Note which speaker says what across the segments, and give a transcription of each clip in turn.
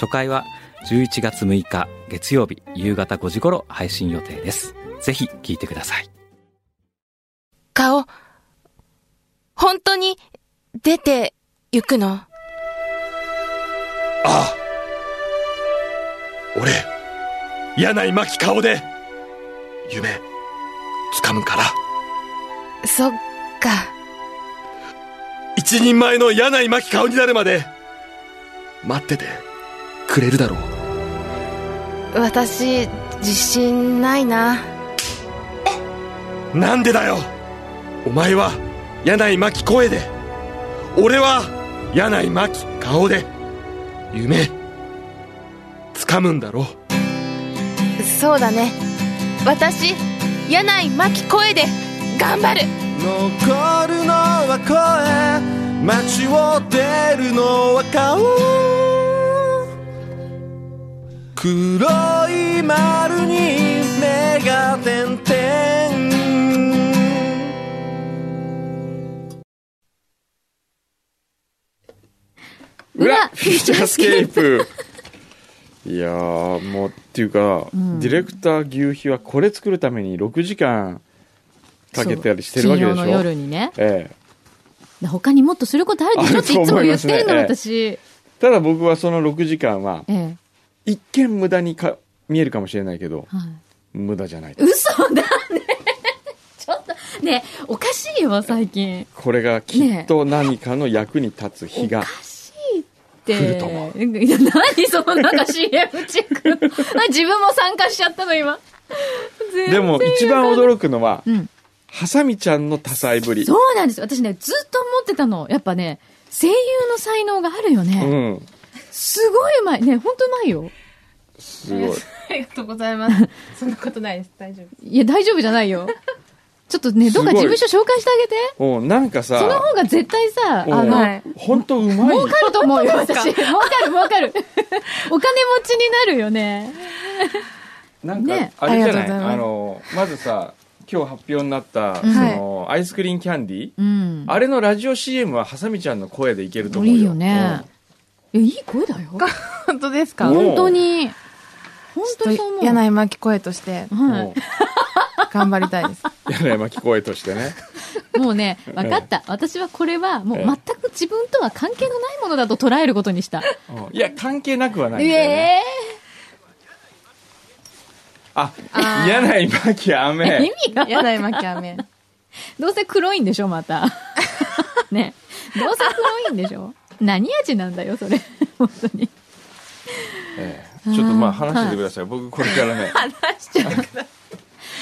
Speaker 1: 初回は11月6日月曜日夕方5時頃配信予定ですぜひ聞いてください
Speaker 2: 顔、本当に出て行くの
Speaker 3: ああ俺柳巻顔で夢掴むから
Speaker 2: そっか。
Speaker 3: 一人前の柳巻顔になるまで待っててくれるだろう
Speaker 2: 私、自信ないな。
Speaker 3: なんでだよお前は柳巻声で俺は柳巻顔で夢掴むんだろ
Speaker 2: そうだね。私、柳巻声で頑張る。
Speaker 4: 残るのは声街を出るのは顔黒い丸に目が点々
Speaker 5: 裏
Speaker 3: フィーチャースケープ
Speaker 5: いやーもうっていうか、ディレクター牛皮はこれ作るために6時間かけたりしてるわけでしょ
Speaker 6: そう金曜の夜にね。
Speaker 5: ええ
Speaker 6: 他にもっとすることあるでしょって
Speaker 5: あると
Speaker 6: いつ
Speaker 5: 思
Speaker 6: も
Speaker 5: い
Speaker 6: 言
Speaker 5: ま
Speaker 6: っ
Speaker 5: すね
Speaker 6: てんの、
Speaker 5: ええ
Speaker 6: 私。
Speaker 5: ただ僕はその6時間は
Speaker 6: ええ。
Speaker 5: 一見無駄にか見えるかもしれないけど
Speaker 6: はい。
Speaker 5: 無駄じゃない
Speaker 6: 嘘だね。 ちょっと、ねえおかしいよ、最近。
Speaker 5: これがきっと何かの役に立つ日が、
Speaker 6: って。
Speaker 5: 来ると思
Speaker 6: いや何そのなんか CM チェック。何自分も参加しちゃったの、今。全然
Speaker 5: でも一番驚くのは、
Speaker 6: うん
Speaker 5: ハサミちゃんの多才ぶり
Speaker 6: そうなんですよ。私ね、ずっと思ってたの。やっぱね、声優の才能があるよね。
Speaker 5: うん
Speaker 6: すごいうまい。ね、本当うまいよ。
Speaker 5: すごい
Speaker 2: ありがとうござい ます。そんなことないです。大丈夫。
Speaker 6: いや、大丈夫じゃないよ。ちょっとね、どっか事務所紹介してあげて。
Speaker 5: おうなんかさ
Speaker 6: その方が絶対さ、あ
Speaker 5: おう
Speaker 6: の、
Speaker 2: はい
Speaker 5: 本当うまい
Speaker 6: 儲かると思うよ、私。儲かる、儲か る。お金持ちになるよね。
Speaker 5: なんか、
Speaker 6: ね
Speaker 5: あれじゃな
Speaker 2: ありがとうござい
Speaker 5: いあ
Speaker 2: ます
Speaker 5: のまずさ今日発表になった、
Speaker 6: うん
Speaker 5: そのアイスクリーンキャンディー、
Speaker 6: うん。
Speaker 5: あれのラジオ CM はハサミちゃんの声でいけると思うよ
Speaker 6: いいよね。いや、いい声だよ。
Speaker 2: 本当です
Speaker 5: か
Speaker 6: 本当に。本当そう思う。
Speaker 2: 柳巻声として
Speaker 5: うん
Speaker 6: は
Speaker 5: も
Speaker 2: 頑張りたいです。
Speaker 5: う柳巻声としてね
Speaker 6: い。もうね、分かった。私はこれは、もう
Speaker 5: ええ
Speaker 6: 全く自分とは関係のないものだと捉えることにした。
Speaker 5: うんいや関係なくはない
Speaker 6: え
Speaker 5: んだよね、
Speaker 6: え
Speaker 5: あ柳巻
Speaker 6: 意
Speaker 5: 雨
Speaker 6: 味が
Speaker 2: 柳巻雨。
Speaker 6: どうせ黒いんでしょ、ま た。ね。どうせ黒いんでしょ。何味なんだよ、それ。本当に。
Speaker 5: ええちょっとまあ話しててください、僕これからね、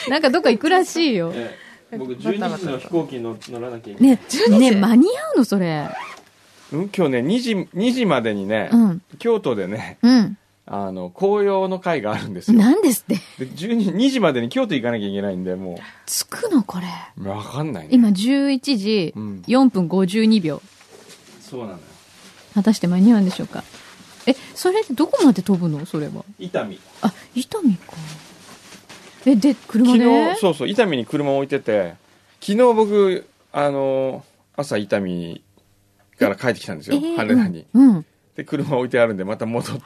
Speaker 6: なんかどっか行くらしいよ。
Speaker 5: ええ僕12時の飛行機に乗乗らなきゃいけない、
Speaker 6: ね、ね、間に合うの、それ。
Speaker 5: うん、今日ね2時 ,2 時までにね、
Speaker 6: うん。
Speaker 5: 京都でね
Speaker 6: うん。
Speaker 5: あの紅葉の会があるんですよ
Speaker 6: なんですって。
Speaker 5: で12 2時までに京都行かなきゃいけないんでも
Speaker 6: つくの、これ。
Speaker 5: う分かんないね
Speaker 6: 今、11時
Speaker 5: うん
Speaker 6: 4分52秒。
Speaker 5: そうなのよ
Speaker 6: 果たして間に合うんでしょうか。え、それってどこまで飛ぶのそれは。
Speaker 5: 伊丹
Speaker 6: あ、伊丹か。え、で、車
Speaker 5: 昨
Speaker 6: で、
Speaker 5: 日そうそう伊丹に車置いてて昨日僕あの朝伊丹から帰ってきたんですよ、
Speaker 6: えー
Speaker 5: 羽田に、
Speaker 6: うん。うん
Speaker 5: で車置いてあるんでまた戻って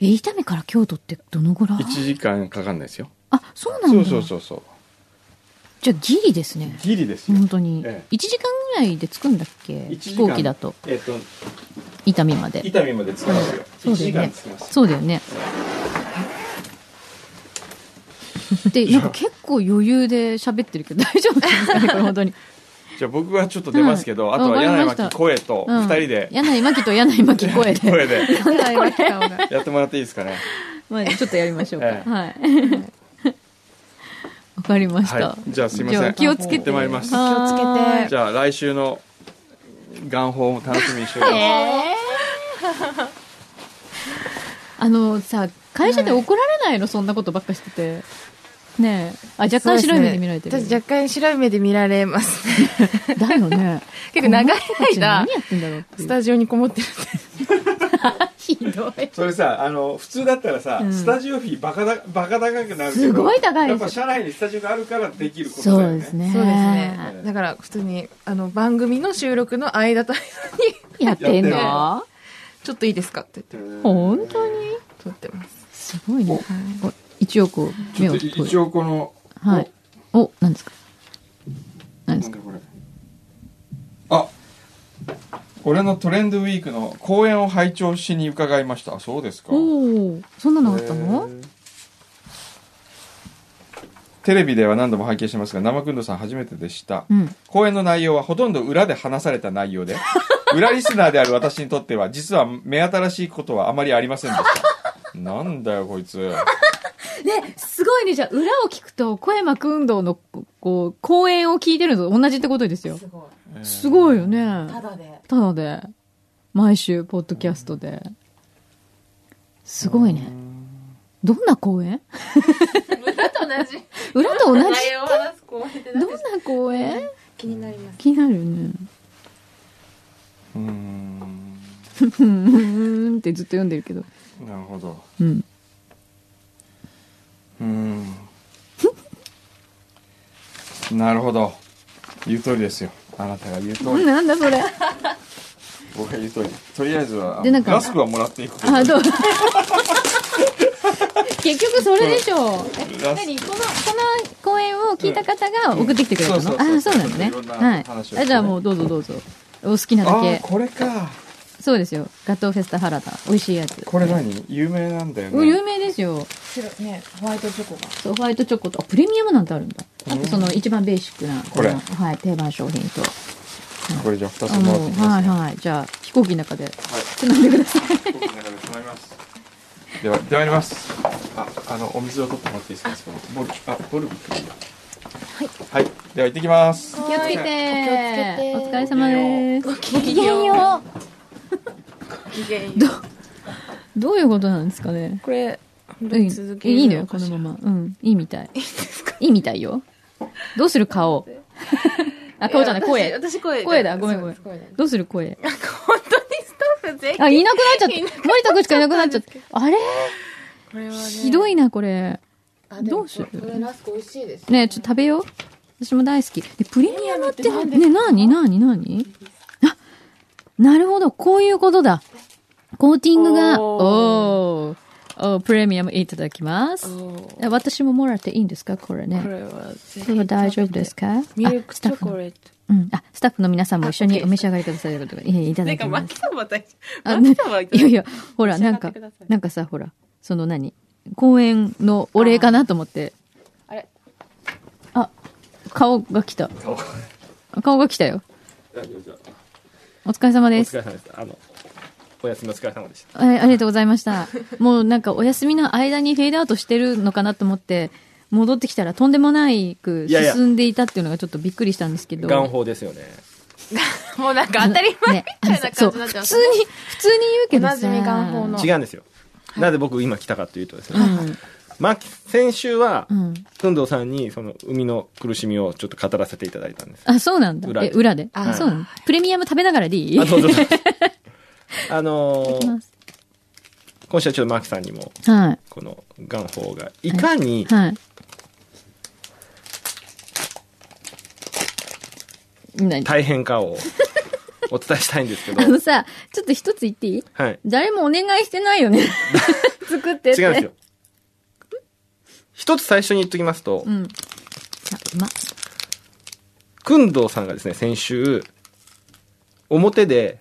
Speaker 6: え、伊丹から京都ってどのぐらい
Speaker 5: 1時間かかんないですよ
Speaker 6: あ、そうなんだ。
Speaker 5: そうそうそうそう
Speaker 6: じゃあギリですね。
Speaker 5: ギリですよ、
Speaker 6: 本当に。
Speaker 5: ええ
Speaker 6: 1時間ぐらいで着くんだっけ
Speaker 5: 1時
Speaker 6: 飛
Speaker 5: 間
Speaker 6: 行機だと。
Speaker 5: えっ、と
Speaker 6: 伊丹まで
Speaker 5: 伊。丹まで着かないですよ、
Speaker 6: そう
Speaker 5: 1
Speaker 6: だ
Speaker 5: 時
Speaker 6: よ
Speaker 5: 間
Speaker 6: ね
Speaker 5: 着きます
Speaker 6: そうだ よね。で、なんか結構余裕で喋ってるけど大丈夫ですかね これ本当に。
Speaker 5: じゃあ僕はちょっと出ますけど、あとは柳
Speaker 6: わかりま
Speaker 5: 巻
Speaker 6: した
Speaker 5: 声と
Speaker 6: うん
Speaker 5: 2人で、
Speaker 6: 柳巻と柳巻声で。
Speaker 5: 声で
Speaker 2: 柳巻顔が。
Speaker 5: やってもらっていいですかね
Speaker 6: まあちょっとやりましょう か。
Speaker 5: ええ
Speaker 6: はい。わかりまし
Speaker 5: は
Speaker 6: た。
Speaker 5: いじゃあすいま
Speaker 6: じゃ
Speaker 5: せ
Speaker 6: あ
Speaker 5: ん
Speaker 6: 気をつ
Speaker 5: 行
Speaker 6: け
Speaker 5: って
Speaker 6: て。
Speaker 5: まいります
Speaker 2: 気をつけて。
Speaker 5: じゃあ来週の願法も楽しみにしております
Speaker 6: えあのさ、会社で怒られないの、そんなことばっかしてて。ねえ。あ、若干白い目で見られてる。
Speaker 2: そうですね私若干白い目で見られますね。
Speaker 6: だよ ね。
Speaker 2: 結構長い
Speaker 6: この人たち
Speaker 2: 間
Speaker 6: 何やってんだろうってい
Speaker 2: ス
Speaker 6: う。
Speaker 2: タジオにこもってるんで。
Speaker 6: ひどい。
Speaker 5: それさあの普通だったらさ、
Speaker 6: うん
Speaker 5: スタジオ費バカだバカ高くなるけど
Speaker 6: すごい高いです
Speaker 5: やっぱ社内にスタジオがあるからできること
Speaker 6: そ
Speaker 5: だよ
Speaker 6: う
Speaker 5: ね
Speaker 6: ですね。
Speaker 2: そうですね。だから、普通に、あの、番組の収録の間と間 に、
Speaker 6: やってん
Speaker 5: や
Speaker 6: の
Speaker 2: ちょっといいですかって言って、
Speaker 6: 本当に
Speaker 2: 撮ってます。
Speaker 6: すごいね。お一応こう、
Speaker 5: ち
Speaker 6: 目
Speaker 5: ょ
Speaker 6: を
Speaker 5: っ
Speaker 6: 通
Speaker 5: と
Speaker 6: る
Speaker 5: 一応この
Speaker 6: はい。お、何ですか何で
Speaker 5: な
Speaker 6: す
Speaker 5: ん
Speaker 6: か
Speaker 5: だこれあ俺のトレンドウィークの公演を拝聴しに伺いましたあそうですか
Speaker 6: おお、そんなのあったの
Speaker 5: へーテレビでは何度も拝見してますが生くんどさん初めてでした、
Speaker 6: うん。
Speaker 5: 講演の内容はほとんど裏で話された内容 で裏リスナーである私にとっては実は目新しいことはあまりありませんでしたなんだよこいつ
Speaker 6: ね、すごいね。じゃあ、裏を聞くと、小山くんどうの、ここう、公演を聞いてるのと同じってことですよ。
Speaker 2: ごい。
Speaker 6: すごいよね。
Speaker 2: だで。
Speaker 6: ただで、毎週、ポッドキャストで。すごいね。どんな公演
Speaker 2: 村と同じ。
Speaker 6: 裏と同じ。
Speaker 2: を話す公園で
Speaker 6: どんな公演
Speaker 2: 気になります。
Speaker 6: 気になるよね。
Speaker 5: うーん
Speaker 6: ふーんってずっと読んでるけど。
Speaker 5: なるほど
Speaker 6: うん。
Speaker 5: うーんなるほど言う通りですよあなたが言う通り
Speaker 6: なんだそれ。
Speaker 5: 僕が言う通りとりあえずはあ
Speaker 6: でなん
Speaker 5: の
Speaker 6: か
Speaker 5: マスクはもらっていく
Speaker 6: あ、どう結局それでしょう。え、
Speaker 5: ラス
Speaker 6: 何この、この公演を聞いた方が送ってきてくれた
Speaker 5: うんそう
Speaker 6: の
Speaker 5: そうそう
Speaker 6: あ、そうなのね。
Speaker 5: いろんな
Speaker 6: はい
Speaker 5: 話をして。ね
Speaker 6: あじゃあもうどうぞどうぞ。お好きなだ
Speaker 5: あー
Speaker 6: け。
Speaker 5: これか
Speaker 6: そうですよ。ガトーフェスタ原田。美味しいやつ。
Speaker 5: これ何有名なんだよ
Speaker 6: うん
Speaker 5: ね
Speaker 6: 有名ですよ。
Speaker 2: ね、ホワイトチョコが。
Speaker 6: そう、ホワイトチョコと、あ、プレミアムなんてあるんだ。あとその一番ベーシックな、
Speaker 5: これ
Speaker 6: のはい、定番商品と。
Speaker 5: これじゃあ2
Speaker 6: あ
Speaker 5: つもらって
Speaker 6: もう
Speaker 5: きます、ね
Speaker 6: はいはい。じゃあ、飛行機の中で、つまんでください。
Speaker 5: では、ではやります。あ、あの、お水を取ってもらっていいですか。ボル、あ、ボルビック。はい。はい、では、行ってきます。
Speaker 6: 気をつけて。
Speaker 2: お
Speaker 6: お
Speaker 2: 気をつけて
Speaker 6: 疲れ様です。ごき
Speaker 2: げんよう
Speaker 6: う。
Speaker 2: 期限
Speaker 6: どういうことなんですかね。
Speaker 2: これ、
Speaker 6: うん
Speaker 2: 続ける
Speaker 6: いいのよ、このまま。うん、いいみたい。いいみたいよ。どうする顔。あ、顔じゃない、
Speaker 2: や
Speaker 6: 声。
Speaker 2: 私私声。
Speaker 6: 声だごめんごめん
Speaker 2: そうです声だ
Speaker 6: どうする声。
Speaker 2: 本当にスタッフ全員。
Speaker 6: あ、いなくなっちゃった。森田くんしかいなくなっちゃった。あれ
Speaker 2: これはね
Speaker 6: ひどいな、これ。
Speaker 2: あでも
Speaker 6: どうする
Speaker 2: これラスク美味しいです
Speaker 6: ねえちょっと食べよう。私も大好き。で、プレミアムって、
Speaker 2: プレミアムって
Speaker 6: ね、なになになにあ、なるほど、こういうことだ。コーティングが、おーおープレミアムいただきます。あ私ももらっていいんですかこれね。
Speaker 2: これはぜひ
Speaker 6: これは大丈夫ですか
Speaker 2: ミル
Speaker 6: あ
Speaker 2: ク
Speaker 6: ス
Speaker 2: チ
Speaker 6: タッ
Speaker 2: ョ
Speaker 6: フの
Speaker 2: コレート
Speaker 6: うん。あ、スタッフの皆さんも一緒に
Speaker 2: あ
Speaker 6: お召し上がりくださいということが、いえいえいただきます。
Speaker 2: さんは大丈
Speaker 6: あ
Speaker 2: マキさんはい
Speaker 6: やいや、ほら、
Speaker 2: 召し上
Speaker 6: な
Speaker 2: が
Speaker 6: ん
Speaker 2: ってく
Speaker 6: か
Speaker 2: ださい、
Speaker 6: なんかさ、ほら、その何公演のお礼かなと思って。
Speaker 2: あれ
Speaker 6: あ、顔が来た。あ顔が来たよ。お疲れ様です。
Speaker 7: お疲れ様です。あの、お休みお疲れ様でし
Speaker 6: えありがとうございました。もうなんかお休みの間にフェードアウトしてるのかなと思って、戻ってきたらとんでもないく
Speaker 7: いやいや
Speaker 6: 進んでいたっていうのがちょっとびっくりしたんですけど。
Speaker 7: た。元宝ですよね。
Speaker 2: 夫もうなんか当たり前みたいな感
Speaker 6: そう
Speaker 2: じになっちゃ
Speaker 6: 普
Speaker 2: う
Speaker 6: 通に、普通に言うけ
Speaker 2: お
Speaker 6: どさ。
Speaker 2: なじみ願法の
Speaker 7: 違うんですよ。なぜ僕今来たかというとですね、
Speaker 6: う
Speaker 7: まあ、先週は、
Speaker 6: ん。うん。
Speaker 7: くんどうさんにその生みの苦しみをちょっと語らせていただいたんです。
Speaker 6: あ、そうなんだ。
Speaker 7: 裏
Speaker 6: え、
Speaker 7: で
Speaker 6: 裏で。
Speaker 7: は
Speaker 6: あ、
Speaker 7: い
Speaker 6: そうなんだ。プレミアム食べながらでいい
Speaker 7: あ、どうぞどうぞ。あのー
Speaker 6: ます
Speaker 7: 今週はちょっとマーキさんにも、
Speaker 6: は
Speaker 7: この元宝が、いかに
Speaker 6: い。、はい。何
Speaker 7: 大変 かをお伝えしたいんですけど
Speaker 6: あ、のさ、ちょっと一つ言っていい
Speaker 7: はい。
Speaker 6: 誰もお願いしてないよ ね。作ってって。
Speaker 7: 違うんですよ。一つ最初に言っときますと
Speaker 6: う、ん。あ、うま。
Speaker 7: くんどうさんがですね、先週、表で、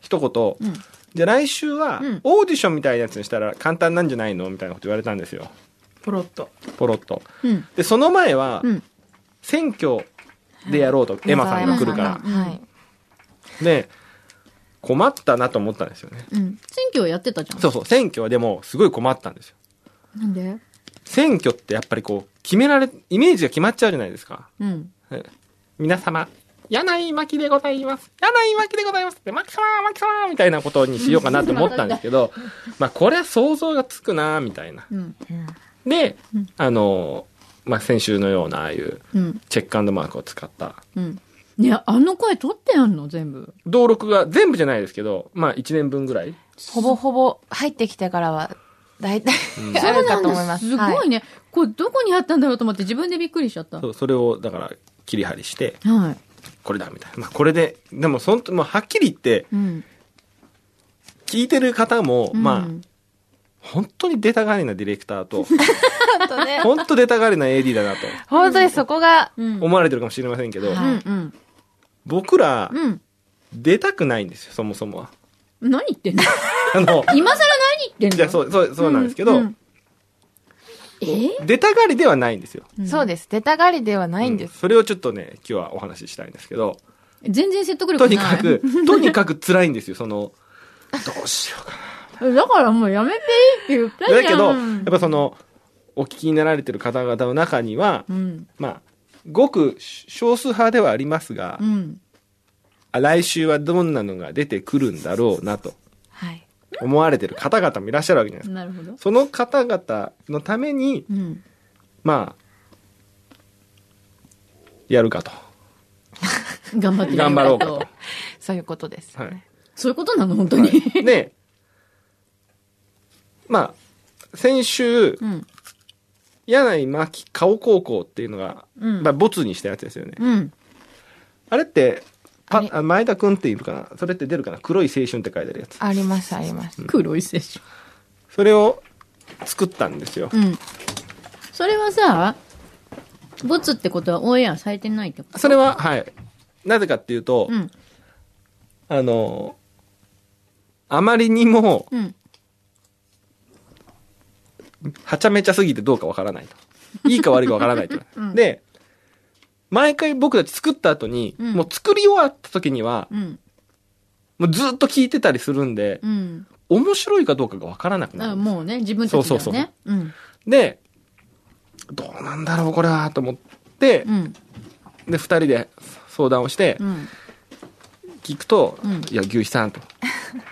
Speaker 7: 一言、
Speaker 6: うん
Speaker 7: じゃあ来週は
Speaker 6: うん、
Speaker 7: オーディションみたいなやつにしたら簡単なんじゃないのみたいなこと言われたんですよ。
Speaker 2: ポロッと
Speaker 7: ポロッと。
Speaker 6: うん。
Speaker 7: で、その前は、
Speaker 6: うん。
Speaker 7: 選挙でやろうと、エマさんが来るか
Speaker 6: うん
Speaker 2: はい
Speaker 7: ら。で、困ったなと思ったんですよね。
Speaker 6: うん。選挙やってたじゃん。
Speaker 7: そうそう、選挙はでも、すごい困ったんですよ。
Speaker 6: なんで
Speaker 7: 選挙ってやっぱりこう、決められ、イメージが決まっちゃうじゃないですか。
Speaker 6: うん。
Speaker 7: 皆様、柳巻でございます。柳巻でございます。で、巻様、巻様みたいなことにしようかなと思ったんですけど、 まあ、これは想像がつくなみたいな。
Speaker 6: うん。
Speaker 7: で、あの、まあ、先週のような、ああいう、
Speaker 6: うん。
Speaker 7: チェックマークを使った。
Speaker 6: うん。ね、あの声取ってやんの全部。
Speaker 7: 登録が全部じゃないですけど、まあ、1年分ぐらい。
Speaker 2: ほぼほぼ入ってきてからは、だいたい
Speaker 7: う ん
Speaker 2: あるかと思います。
Speaker 6: すごいね。これどこにあったんだろうと思って自分でびっくりしちゃった。は
Speaker 7: そうそれを、だから、切り張りして、
Speaker 6: い。
Speaker 7: これだ、みたいな。まあ、これで、でも、そんと、もうはっきり言って、
Speaker 6: うん。
Speaker 7: 聞いてる方も、まあ
Speaker 6: う、ん
Speaker 7: 本当に出たがりなディレクター
Speaker 2: は
Speaker 7: と、
Speaker 2: い。ちょっとね、
Speaker 7: 本当出たがりな AD だな
Speaker 2: 本当にそこが、
Speaker 6: うん。
Speaker 7: と思われてるかもしれませんけど、
Speaker 2: は
Speaker 6: う
Speaker 2: い
Speaker 6: んうん。
Speaker 7: 僕ら、
Speaker 6: うん。
Speaker 7: 出たくないんですよ、そもそ もは。
Speaker 6: 何言って んの
Speaker 7: あの、
Speaker 6: 今更何言ってんの
Speaker 7: じゃあそう、そう、そうなんですけど、
Speaker 6: うんえー
Speaker 7: 出たがりではないんですよ。
Speaker 2: そうです。出たがりではないんです。
Speaker 7: それをちょっとね、今日はお話ししたいんですけど、
Speaker 6: 全然説得力
Speaker 7: と
Speaker 6: ない。
Speaker 7: にか く、とにかく辛いんですよ、その、どうしようか
Speaker 6: だからもうやめていいって言ったじゃ
Speaker 7: な。
Speaker 6: ん。
Speaker 7: だけど、やっぱその、お聞きになられてる方々の中には、
Speaker 6: うん。
Speaker 7: まあ、ごく少数派ではありますが
Speaker 6: う、ん。
Speaker 7: あ来週はどんなのが出てくるんだろうなと
Speaker 2: はい。
Speaker 7: 思われてる方々もいらっしゃるわけじゃないですか。
Speaker 6: なるほど。
Speaker 7: その方々のために、
Speaker 6: うん。
Speaker 7: まあ、やる かと。
Speaker 6: 頑張って
Speaker 7: 頑張ろうかと。
Speaker 2: そういうことです。
Speaker 7: はい。
Speaker 6: そういうことなの本当に。
Speaker 7: で、まあ、先週、
Speaker 6: うん。
Speaker 7: 柳井真紀顔高校っていうのが、
Speaker 6: うん
Speaker 7: まあ、ボツにしたやつですよね。
Speaker 6: うん。
Speaker 7: あれって、パ
Speaker 2: あれ
Speaker 7: あ前田くんっているかなそれって出るかな黒い青春って書いてあるやつ。
Speaker 2: あります、あります。
Speaker 6: 黒い青春。
Speaker 7: それを作ったんですよ。
Speaker 6: うん。それはさ、ボツってことはオンエアされてないってこ
Speaker 7: それは、はい。なぜかっていうと、
Speaker 6: とうん。
Speaker 7: あの、あまりにも、
Speaker 6: うん。
Speaker 7: はちゃめちゃすぎてどうかわからないと。いいか悪いかわからな いと。で、毎回僕たち作った後に、
Speaker 6: うん
Speaker 7: もう作り終わった時には、
Speaker 6: うん。
Speaker 7: もうずっと聞いてたりするんで
Speaker 6: う、ん。
Speaker 7: 面白いかどうかがわからなくな
Speaker 6: あ
Speaker 7: る。
Speaker 6: もうね、自分たちがね。
Speaker 7: そうそうそう
Speaker 6: うん。
Speaker 7: で、どうなんだろうこれは、と思って
Speaker 6: う、ん。
Speaker 7: で、二人で相談をして
Speaker 6: う、ん。
Speaker 7: 聞くと、
Speaker 6: うん
Speaker 7: いや、牛肥さんと。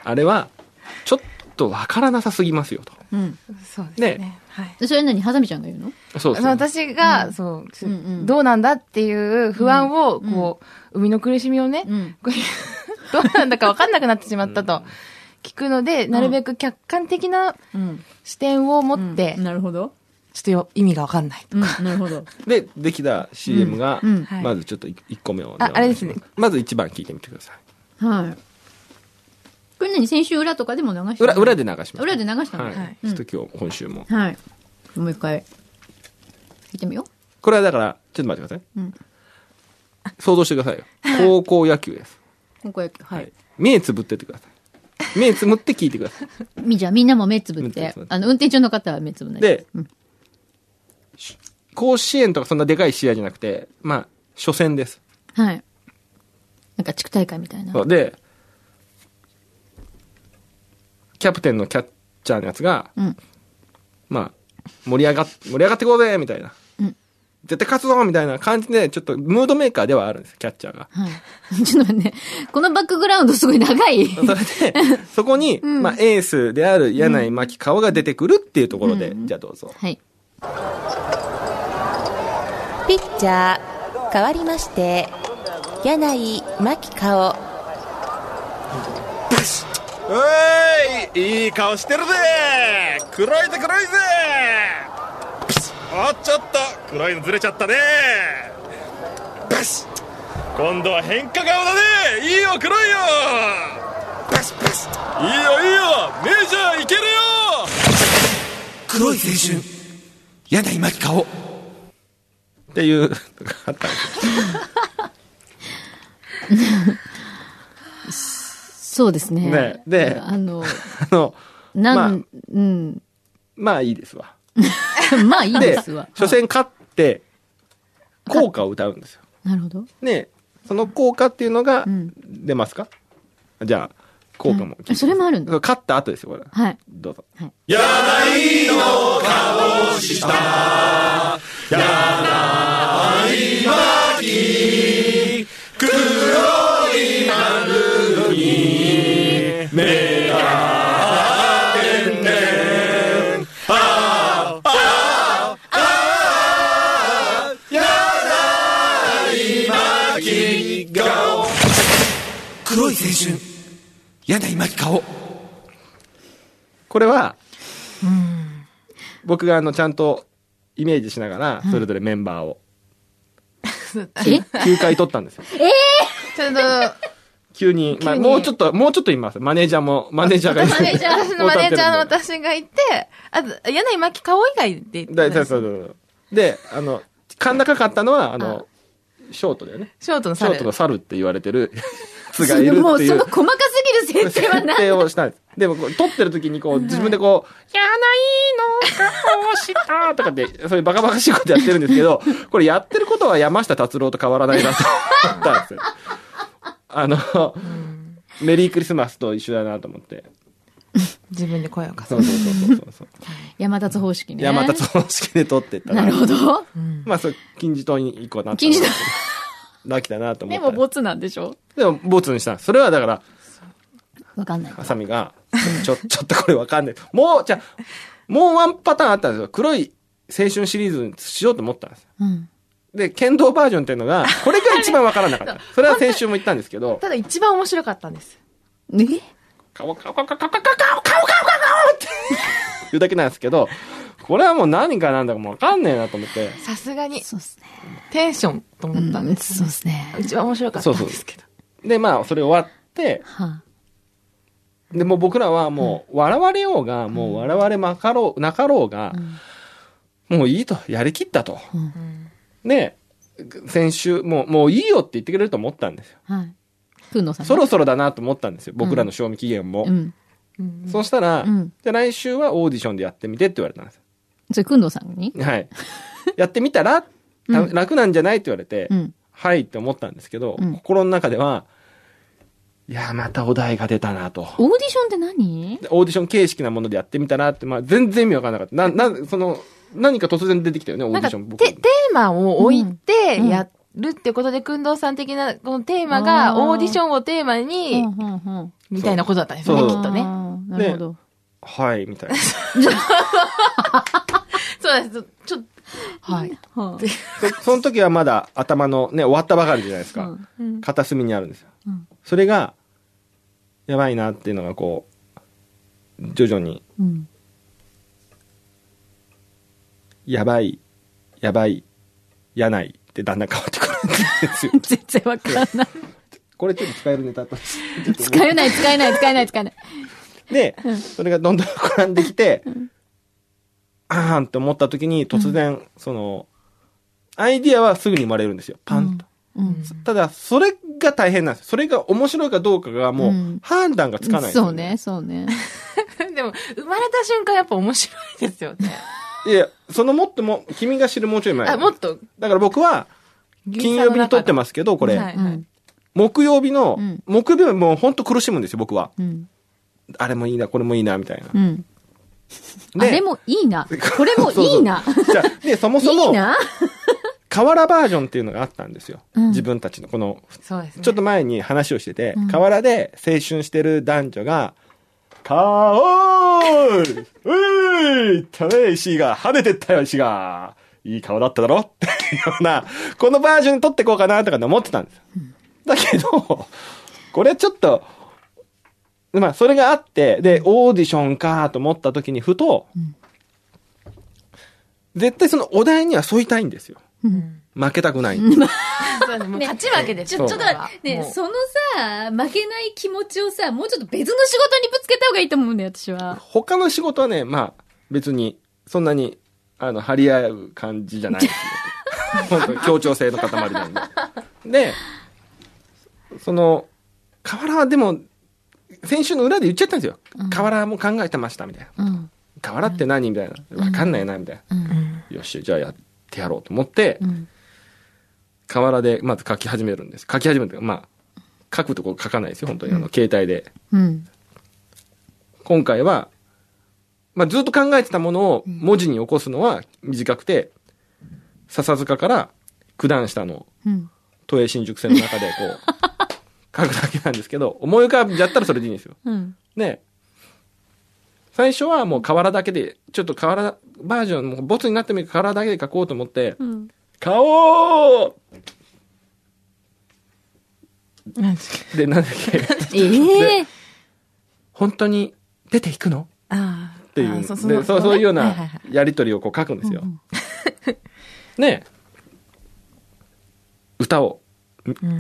Speaker 7: あれは、ちょっとわからなさすぎますよ、と。
Speaker 6: うん。
Speaker 2: そうですね
Speaker 7: ね。
Speaker 2: はい。
Speaker 6: でそれ何ハサミちゃんが言うの
Speaker 7: そ
Speaker 2: そ
Speaker 7: うで
Speaker 2: う
Speaker 7: すね。
Speaker 2: 私が、そう、
Speaker 6: うんうん
Speaker 2: どうなんだっていう不安を、こう、生みの苦しみをね、
Speaker 6: うん。
Speaker 2: こういうどうなんだか分かんなくなってしまったと聞くので、なるべく客観的な
Speaker 6: うん。
Speaker 2: 視点を持って、
Speaker 6: うんなるほど。
Speaker 2: ちょっとよ意味が分かんない。
Speaker 6: うん。なるほど。
Speaker 7: で、できた CM が
Speaker 6: うんうん
Speaker 2: はい、
Speaker 7: まずちょっと1個目をね。
Speaker 2: ああれですね
Speaker 7: まず1番聞いてみてください。
Speaker 6: はい。これ何先週裏とかでも流した
Speaker 7: 裏、裏
Speaker 6: で。
Speaker 7: で流します。
Speaker 6: 裏で流したの
Speaker 7: は
Speaker 6: はい
Speaker 7: い。ちょっと今日、今週も。
Speaker 6: はい。もう一回。聞いてみよ
Speaker 7: これはだから、ちょっと待ってくださ
Speaker 6: う
Speaker 7: い。
Speaker 6: ん
Speaker 7: 想像してくださいよ。高校野球です。
Speaker 6: う。今回、は
Speaker 7: はいい。。目つぶってってください。目つぶって聞いてください。
Speaker 6: みじゃあみんなも目つぶっ
Speaker 7: 目
Speaker 6: て
Speaker 7: つぶっ。て
Speaker 6: あの、運転中の方は目つぶない。
Speaker 7: で
Speaker 6: うん、
Speaker 7: 甲子園とかそんなでかい試合じゃなくて、まあ、初戦です。
Speaker 6: はい。なんか地区大会みたいな。
Speaker 7: で、キャプテンのキャッチャーのやつが、
Speaker 6: うん。
Speaker 7: まあ、盛り上がっ、盛り上がってこうぜみたいな。
Speaker 6: うん
Speaker 7: 絶対勝つぞみたいな感じで、ちょっとムードメーカーではあるんですよ、キャッチャーが。
Speaker 6: はい。 ちょっと待って。このバックグラウンドすごい長い。
Speaker 7: そ れで、そこに、まあ、エースである柳巻顔が出てくるっていうところで、じゃあどうぞ。
Speaker 6: はい。
Speaker 8: ピッチャー変わりまして柳井真紀顔
Speaker 4: おいいい顔してるぜ黒いぜ黒いぜおちょっと黒いのずれちゃったねパシッ今度は変化顔だねいいよ黒いよパシッパシッいいよいいよメジャーいけるよ黒い青春柳巻顔
Speaker 7: っていうの があったんです
Speaker 6: そうですね。
Speaker 7: ねで
Speaker 6: あの、
Speaker 7: あの、
Speaker 6: なん、うん。
Speaker 7: まあいいですわ。
Speaker 6: まあいい
Speaker 7: で、
Speaker 6: ですわ。
Speaker 7: 初戦勝って、効果を歌うんですよ。
Speaker 6: なるほど。
Speaker 7: ねその効果っていうのが
Speaker 6: ん
Speaker 7: 出ますか、じゃあ、効果も聞いて、
Speaker 6: それもあるんだ
Speaker 7: 勝った後ですよ、これ。
Speaker 6: はい。
Speaker 7: どうぞ。
Speaker 4: 黒い
Speaker 3: 春柳巻顔
Speaker 7: これは、僕があの、ちゃんとイメージしながら、それぞれメンバ ーを、9回取ったんですよ。
Speaker 2: ち ょっと、
Speaker 7: 急に、まあ、もうちょっと、もうちょっと言います。マネージャーも、マネージャーがいる。
Speaker 2: マネージャーの、マネージャーの私がいて、あと、柳巻顔以外で言
Speaker 7: だ
Speaker 2: って
Speaker 7: だ
Speaker 2: ます
Speaker 7: そうそうそうで、あの、甲高かったのは、あの、ショートだよね。
Speaker 2: ショートの
Speaker 7: ショ
Speaker 2: 猿
Speaker 7: ートの猿って言われて る、つ
Speaker 6: そ
Speaker 7: がいる
Speaker 6: のも
Speaker 7: っ
Speaker 6: う
Speaker 7: て
Speaker 6: そ
Speaker 7: い
Speaker 6: の
Speaker 7: う。
Speaker 6: 細かすぎる設定は
Speaker 7: 設
Speaker 6: な
Speaker 7: 定をしたんです。でもこう、撮ってる時にこう、自分でこう、やないの顔したとかって、そういうバカバカしいことやってるんです けど、これやってることは山下達郎と変わらないなと思ったんですよ。あの、メリークリスマスと一緒だなと思って。
Speaker 2: 自分で声をかす。
Speaker 7: そうそうそうそう そう。
Speaker 6: 山立方式ね。
Speaker 7: 山達郎式で撮ってったら
Speaker 6: なるほど。
Speaker 7: まあ、そう、金字塔に行こうな
Speaker 6: 金字塔。
Speaker 7: なきたなと思
Speaker 6: で
Speaker 7: った
Speaker 6: も
Speaker 7: んで
Speaker 6: ボツなんでしょ
Speaker 7: す。でも、ボツにしたんです。それはだから、
Speaker 6: わかんない。
Speaker 7: ハサミが、 ちょ、ちょっとこれわかんない。もう、じゃあもうワンパターンあったんですよ。黒い青春シリーズにしようと思ったんですよ。
Speaker 6: うん。
Speaker 7: で、剣道バージョンっていうのが、これが一番わから なかった。それは先週も言ったんですけど、
Speaker 2: ただ一番面白かったんです。
Speaker 6: え
Speaker 7: 顔顔顔顔顔顔顔顔顔顔って言うだけなんですけど、これはもう何かなんだかもうわかんねえなと思って。
Speaker 2: さすがに、
Speaker 6: そうっすね。
Speaker 2: テンションと思ったんです。
Speaker 6: そうっすね。
Speaker 2: 一番面白かったんですけど。
Speaker 7: で、まあ、それ終わって、
Speaker 6: は
Speaker 7: でもう僕らはもう笑われようが、もう笑われまかろう、なかろうが、もういいと、やりきったと。ね先週、もう、もういいよって言ってくれると思ったんですよ。
Speaker 6: あ。はい。くんのさんね。
Speaker 7: そろそろだなと思ったんですよ。僕らの賞味期限も。
Speaker 6: うん。
Speaker 7: そうしたら、
Speaker 6: うん
Speaker 7: じゃあ来週はオーディションでやってみてって言われたんですよ。
Speaker 6: それくんのさんに
Speaker 7: はい。やってみたら、た
Speaker 6: うん
Speaker 7: 楽なんじゃないって言われて、
Speaker 6: うん。
Speaker 7: はいって思ったんですけど、
Speaker 6: うん
Speaker 7: 心の中では、いや、またお題が出たなと。
Speaker 6: オーディションって何
Speaker 7: でオーディション形式なものでやってみたなって、まあ、全然意味わかんなかった。な、な、その、何か突然出てきたよね、オー
Speaker 2: なん
Speaker 7: ディ
Speaker 2: か、
Speaker 7: ション。
Speaker 2: テ、テーマを置いて
Speaker 6: うん
Speaker 2: やるってことで、くんどうさん的な、このテーマが、
Speaker 6: あー
Speaker 2: オーディションをテーマ
Speaker 6: う
Speaker 2: に
Speaker 6: ん、、うん、うん。
Speaker 2: みたいなことだったんですよね、き
Speaker 7: そう
Speaker 2: っとね。
Speaker 6: あーなるほど。
Speaker 7: はい、みたい な。
Speaker 2: そうです。ちょっと、はい。
Speaker 6: は
Speaker 7: そその時はまだ頭のね、終わったばかりじゃないですか。 片隅にあるんですよ。それが、やばいなっていうのがこう、徐々に、
Speaker 6: あうん。。
Speaker 7: やばい、やばい、やないってだんだん変わってくるんで すよ
Speaker 6: 全然わかんない。
Speaker 7: これちょっと使えるネタとしてちょっと
Speaker 6: 使えない、使えない、使えない、使えない。
Speaker 7: で、それがどんどん膨らんできて、あーんって思った時に突然、その、アイディアはすぐに生まれるんですよ。パンと。
Speaker 6: うん。
Speaker 7: ただ、それが大変なんです。それが面白いかどうかがも
Speaker 6: う
Speaker 7: うん判断がつかないんですよ
Speaker 6: そうね、。そうね。
Speaker 2: でも、生まれた瞬間やっぱ面白いですよ ね。
Speaker 7: いや、そのもっとも、君が知るもうちょい前。
Speaker 2: あ、もっと、
Speaker 7: だから僕は、金曜日に撮ってますけど、これ、
Speaker 2: はい
Speaker 6: うん。
Speaker 7: 木曜日の、
Speaker 6: うん
Speaker 7: 木曜日はもうほんと苦しむんですよ、僕は。
Speaker 6: うん。
Speaker 7: あれもいいな、これもいいな、みたいな。
Speaker 6: うん。あ
Speaker 7: で
Speaker 6: れもいい な。これもいいな。
Speaker 7: じゃあで、 そもそ
Speaker 6: いい
Speaker 7: も、
Speaker 6: な。
Speaker 7: 河原バージョンっていうのがあったんですよ。
Speaker 6: うん
Speaker 7: 自分たちの、この
Speaker 2: そうですね。
Speaker 7: ちょっと前に話をしてて、
Speaker 6: ん
Speaker 7: 河原で青春してる男女が、かおーいういため石が跳ねてったよ石がいい顔だっただろっていうような、このバージョン撮ってこうかなとか思ってたんですよ。だけど、これちょっと、まあそれがあって、で、オーディションかと思った時にふと、絶対そのお題には沿いたいんですよ。
Speaker 6: うん
Speaker 7: 負けたくない。
Speaker 2: そうですねもう勝ち負けです。
Speaker 6: ちょ、ちょっと待って、ね、そのさ、負けない気持ちをさ、もうちょっと別の仕事にぶつけた方がいいと思うんだよ、私は。
Speaker 7: 他の仕事はね、まあ、別に、そんなに、あの、張り合う感じじゃない ですよ。本当に協調性の塊なんで。で、その、河原はでも、先週の裏で言っちゃったんですよ。河原も考えてました、みたいな。
Speaker 6: うん。
Speaker 7: 河原って何みたいな。わかんないな、みたいな。よし、じゃあやってやろうと思って、
Speaker 6: ん
Speaker 7: 河原でまず書き始めるんです。書き始めるというかまあ、書くとこ書かないですよ、本当に。あの、携帯で。
Speaker 6: うん。
Speaker 7: 今回は、まあ、ずっと考えてたものを文字に起こすのは短くて、笹塚から九段下の
Speaker 6: うん。
Speaker 7: 都営新宿線の中でこ う、書くだけなんですけど、思い浮かんじゃったらそれでいいんですよ。
Speaker 6: うん。
Speaker 7: ね最初はもう瓦だけで、ちょっと瓦バージョン、もうボツになってもいいから瓦だけで書こうと思って、
Speaker 6: うん。
Speaker 7: 顔で、なんだっ け、
Speaker 6: ええ
Speaker 7: 本当に出ていくの
Speaker 9: ああ。
Speaker 7: ってい
Speaker 9: あ
Speaker 7: う
Speaker 9: ーそ
Speaker 7: で
Speaker 9: の
Speaker 7: そうそういうよう
Speaker 9: はいはい
Speaker 7: な
Speaker 9: はい
Speaker 7: やり取りをこう書くんですよ。ねえ歌を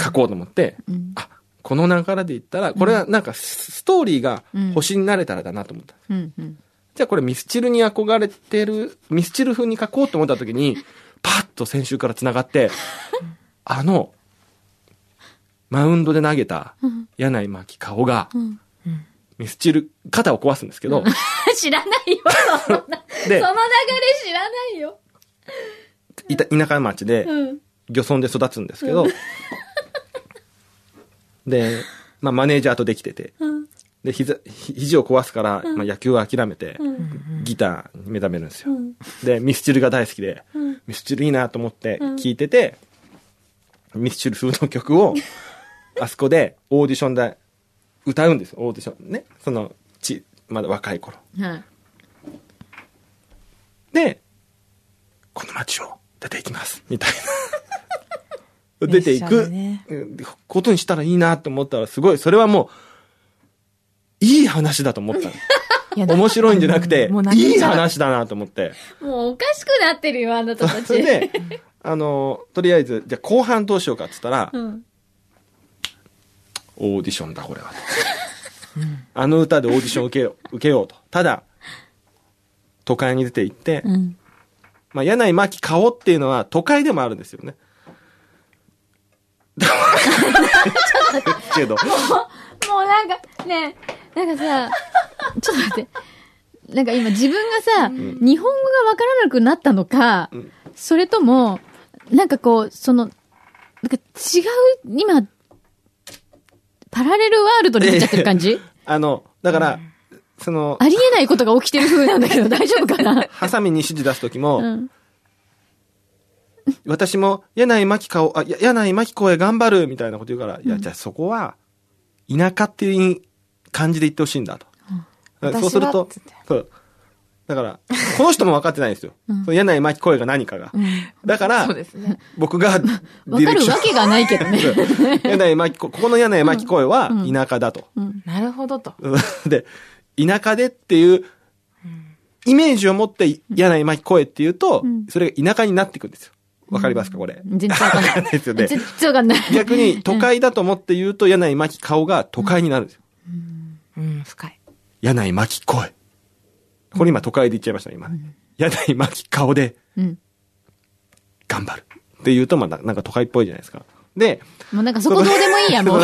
Speaker 7: 書こうと思って、
Speaker 9: うん
Speaker 7: あこの流れで言ったらこれはなんかスストーリーが
Speaker 9: うん
Speaker 7: 星になれたらだなと思った、
Speaker 9: うんうん
Speaker 7: じゃあこれミスチルに憧れてるミスチル風に書こうと思った時にパッと先週からつながってあのマウンドで投げた柳井真紀顔が
Speaker 6: ん
Speaker 7: ミスチル肩を壊すんです けど、
Speaker 6: 知らないよ。そんな、その流
Speaker 7: で
Speaker 6: れ知らないよ。
Speaker 7: いた田舎町で、
Speaker 6: うん。
Speaker 7: 漁村で育つんですけど、で、まあ、マネージャーとできてて、
Speaker 6: うん
Speaker 7: で膝ひ肘を壊すから、まあ、野球は諦めて、
Speaker 6: うん。
Speaker 7: ギターに目覚めるんですよ、
Speaker 6: ん
Speaker 7: でミスチルが大好きで、
Speaker 6: うん
Speaker 7: ミスチルいいなと思って聞いてて、ミスチル風の曲をあそこでオーディションで歌うんですよオーディションねそのちまだ若い頃
Speaker 6: はい。
Speaker 7: でこの街を出ていきますみたい な出て
Speaker 9: 列
Speaker 7: い
Speaker 9: 車
Speaker 7: く、
Speaker 9: でね
Speaker 7: うんことにしたらいいなと思ったらすごいそれはもういい話だと思ったの
Speaker 9: いや
Speaker 7: 面白いんじゃなくて
Speaker 9: うんもう、泣
Speaker 7: い
Speaker 9: け
Speaker 7: い
Speaker 9: ちゃう
Speaker 7: 話だなと思って。
Speaker 6: もうおかしくなってるよ、あなたた
Speaker 7: そ
Speaker 6: ち。
Speaker 7: れで、あの、とりあえず、じゃあ後半どうしようかって言ったら、
Speaker 6: うん。
Speaker 7: オーディションだ、これは。あの歌でオーディション受けよう、受けようと。ただ、都会に出て行って、
Speaker 6: うん。
Speaker 7: まあ、柳巻顔っていうのは都会でもあるんで すよね。 けど、
Speaker 6: もうなんか、ねえ、なんかさ、ちょっと待って。なんか今自分がさ、日本語がわからなくなったのか、
Speaker 7: ん
Speaker 6: それとも、なんかこう、その、なんか違う、今、パラレルワールドになっちゃってる感じ、
Speaker 7: あの、だから、その、
Speaker 6: ありえないことが起きてる風なんだ けど、大丈夫かな
Speaker 7: ハサミに指示出す時も、
Speaker 6: うん。
Speaker 7: 私も、柳井真紀顔、あ、や柳井真紀子へ頑張るみたいなこと言うから、いや、じゃあそこは、田舎っていう感じで言ってほしいんだと。だからそうする
Speaker 9: 私
Speaker 7: と
Speaker 9: はっつって、
Speaker 7: そう。だから、この人も分かってないんですよ。その柳井真紀子が何かが。だから
Speaker 9: そう、ですね。
Speaker 7: 僕がデ
Speaker 6: わ
Speaker 7: ィ
Speaker 6: か
Speaker 7: レク
Speaker 6: る
Speaker 7: ショ
Speaker 6: わ
Speaker 7: ン。
Speaker 6: けがないけどね。
Speaker 7: そう柳井真紀子、ここの柳井真紀子は田舎だと。
Speaker 9: なるほどと。
Speaker 7: で、田舎でっていう、イメージを持って柳井真紀子っていうと、それが田舎になっていくんですよ。わかりますかこれ。
Speaker 6: 全然わかんない。
Speaker 7: ですよね。
Speaker 6: 全然わかんない。
Speaker 7: 逆に都会だと思って言うと柳井真紀顔が都会になるんですよ。
Speaker 9: うん、深い。
Speaker 7: 柳井真紀声。これ今都会で言っちゃいましたね、今ね。柳井真紀顔で
Speaker 6: うん。
Speaker 7: 頑張る。って言うと、まあななんか都会っぽいじゃないですか。で、
Speaker 6: もうなんかそこどうでもいいや、 もう。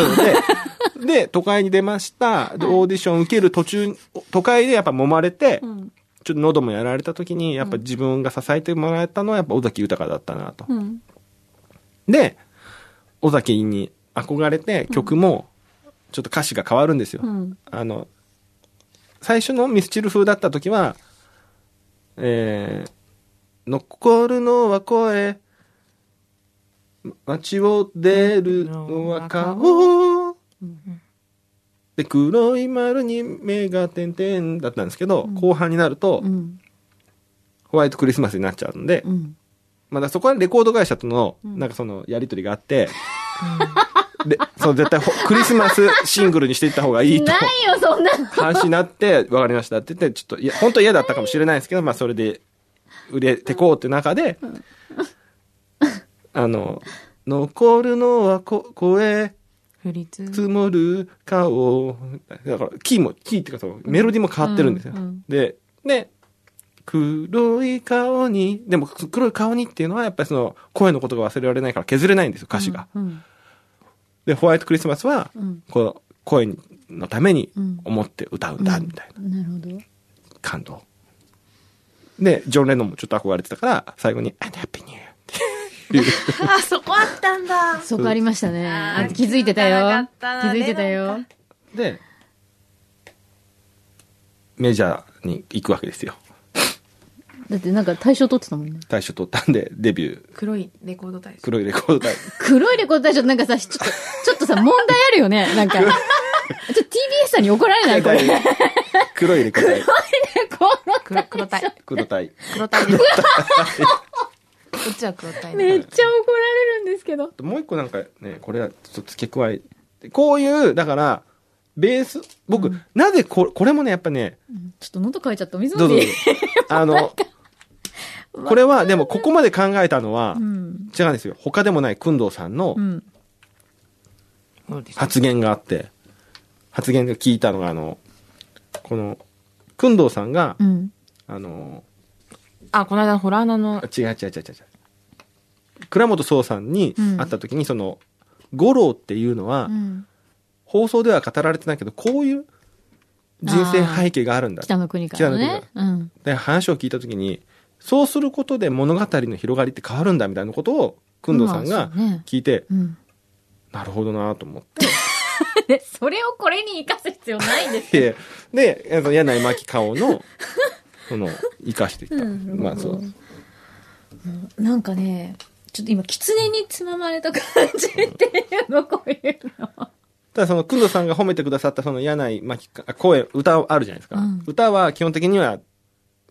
Speaker 7: でで、都会に出ました。でオーディション受ける途中、都会でやっぱ揉まれて、
Speaker 6: ん
Speaker 7: ちょっと喉もやられた時に、やっぱ自分が支えてもらえたのはやっぱ尾崎豊だったなと。
Speaker 6: うん。
Speaker 7: で、尾崎に憧れて曲も、ちょっと歌詞が変わるんですよ。
Speaker 6: ん
Speaker 7: あの、最初のミスチル風だった時は、えー残るのは声、街を出るのは顔、で、黒い丸に目が点々だったんですけど、後半になると、
Speaker 6: うん。
Speaker 7: ホワイトクリスマスになっちゃうんで、
Speaker 6: うん。
Speaker 7: まあだからそこはレコード会社との、なんかその、やりとりがあって、で、その絶対ほ、クリスマスシングルにしていった方がいいと
Speaker 6: な、いよ、そんなの。
Speaker 7: 話になって、わかりましたって言って、ちょっと、いや、本当は嫌だったかもしれないですけど、まあそれで、売れてこうって中で、あの、残るのはこ声、
Speaker 9: フリー
Speaker 7: 積もる顔、だから、キーも、キーっていうかその、メロディーも変わってるんですよ。
Speaker 6: うんうん
Speaker 7: で、で、黒い顔に、でもく黒い顔にっていうのはやっぱりその声のことが忘れられないから削れないんですよ、歌詞が。
Speaker 6: うん。
Speaker 7: で、ホワイトクリスマスは、
Speaker 6: ん
Speaker 7: この声のために
Speaker 6: うん
Speaker 7: 思って歌うんだ、みたいな
Speaker 6: なるほど。
Speaker 7: 感動。で、ジョン・レノンもちょっと憧れてたから、最後に、あ、ハッピーニュー。
Speaker 9: あ、そこあったんだ。
Speaker 6: そこありましたね。
Speaker 9: あー
Speaker 6: 気づいてたよ。気
Speaker 9: 気づかなかったな
Speaker 6: づいてたよ。
Speaker 7: で、メジャーに行くわけですよ。
Speaker 6: だってなんか大賞取ってたもんね。
Speaker 7: 大賞取ったんで、デビュー
Speaker 9: 黒いレコード大賞。
Speaker 7: 黒いレコード大
Speaker 6: 黒いレコード大賞なんかさ、ちょっと、 ちょっとさ、問題あるよね。なんか。ちょっと TBS さんに怒られないこ れ。
Speaker 7: 黒いレコード大
Speaker 6: こ
Speaker 9: 黒、黒体。
Speaker 7: 黒体
Speaker 9: 黒体です。こっちは黒体
Speaker 6: のめ
Speaker 9: だ
Speaker 6: っちゃ怒られるんですけど。
Speaker 7: もう一個なんかねこれはちょっと付け加えでこういう、だから、ベース、僕、なぜこ、これもね、やっぱね、
Speaker 6: ちょっと喉乾いちゃった。お水
Speaker 7: ど
Speaker 6: 飲
Speaker 7: うんぞどう
Speaker 6: でい
Speaker 7: ぞ
Speaker 6: い
Speaker 7: あの、これは、でも、ここまで考えたのは
Speaker 6: う、ん。
Speaker 7: 違うんですよ。他でもない、工藤さんの
Speaker 6: うん。
Speaker 7: 発言があって、発言で聞いたのが、あの、この、工藤さんが、
Speaker 9: うん。
Speaker 7: あの、
Speaker 9: あ、この間のホラーナの。
Speaker 7: 違う違う違う違う違う。倉本壮さんに
Speaker 9: うん
Speaker 7: 会った時に、その、五郎っていうのは、
Speaker 6: うん。
Speaker 7: 放送では語られてないけど、こういう人生背景があるんだ。
Speaker 6: 北の国からの
Speaker 7: 北の
Speaker 6: ね
Speaker 7: 国。
Speaker 6: うん。
Speaker 7: で話を聞いた時にそうすることで物語の広がりって変わるんだみたいなことを工藤さん
Speaker 6: まあ
Speaker 7: が
Speaker 6: そうね
Speaker 7: 聞いて、
Speaker 6: うん。
Speaker 7: なるほどなと思って
Speaker 6: で、それをこれに生かす必要ないんです。
Speaker 7: でであの柳井真紀顔のその生かしていった、
Speaker 6: うん
Speaker 7: まあそう
Speaker 6: なんかね、ちょっと今、狐につままれた感じっていうの、こういうの。
Speaker 7: ただその工藤さんが褒めてくださったその柳井真紀かあ声歌あるじゃないですか、
Speaker 6: うん
Speaker 7: 歌は基本的には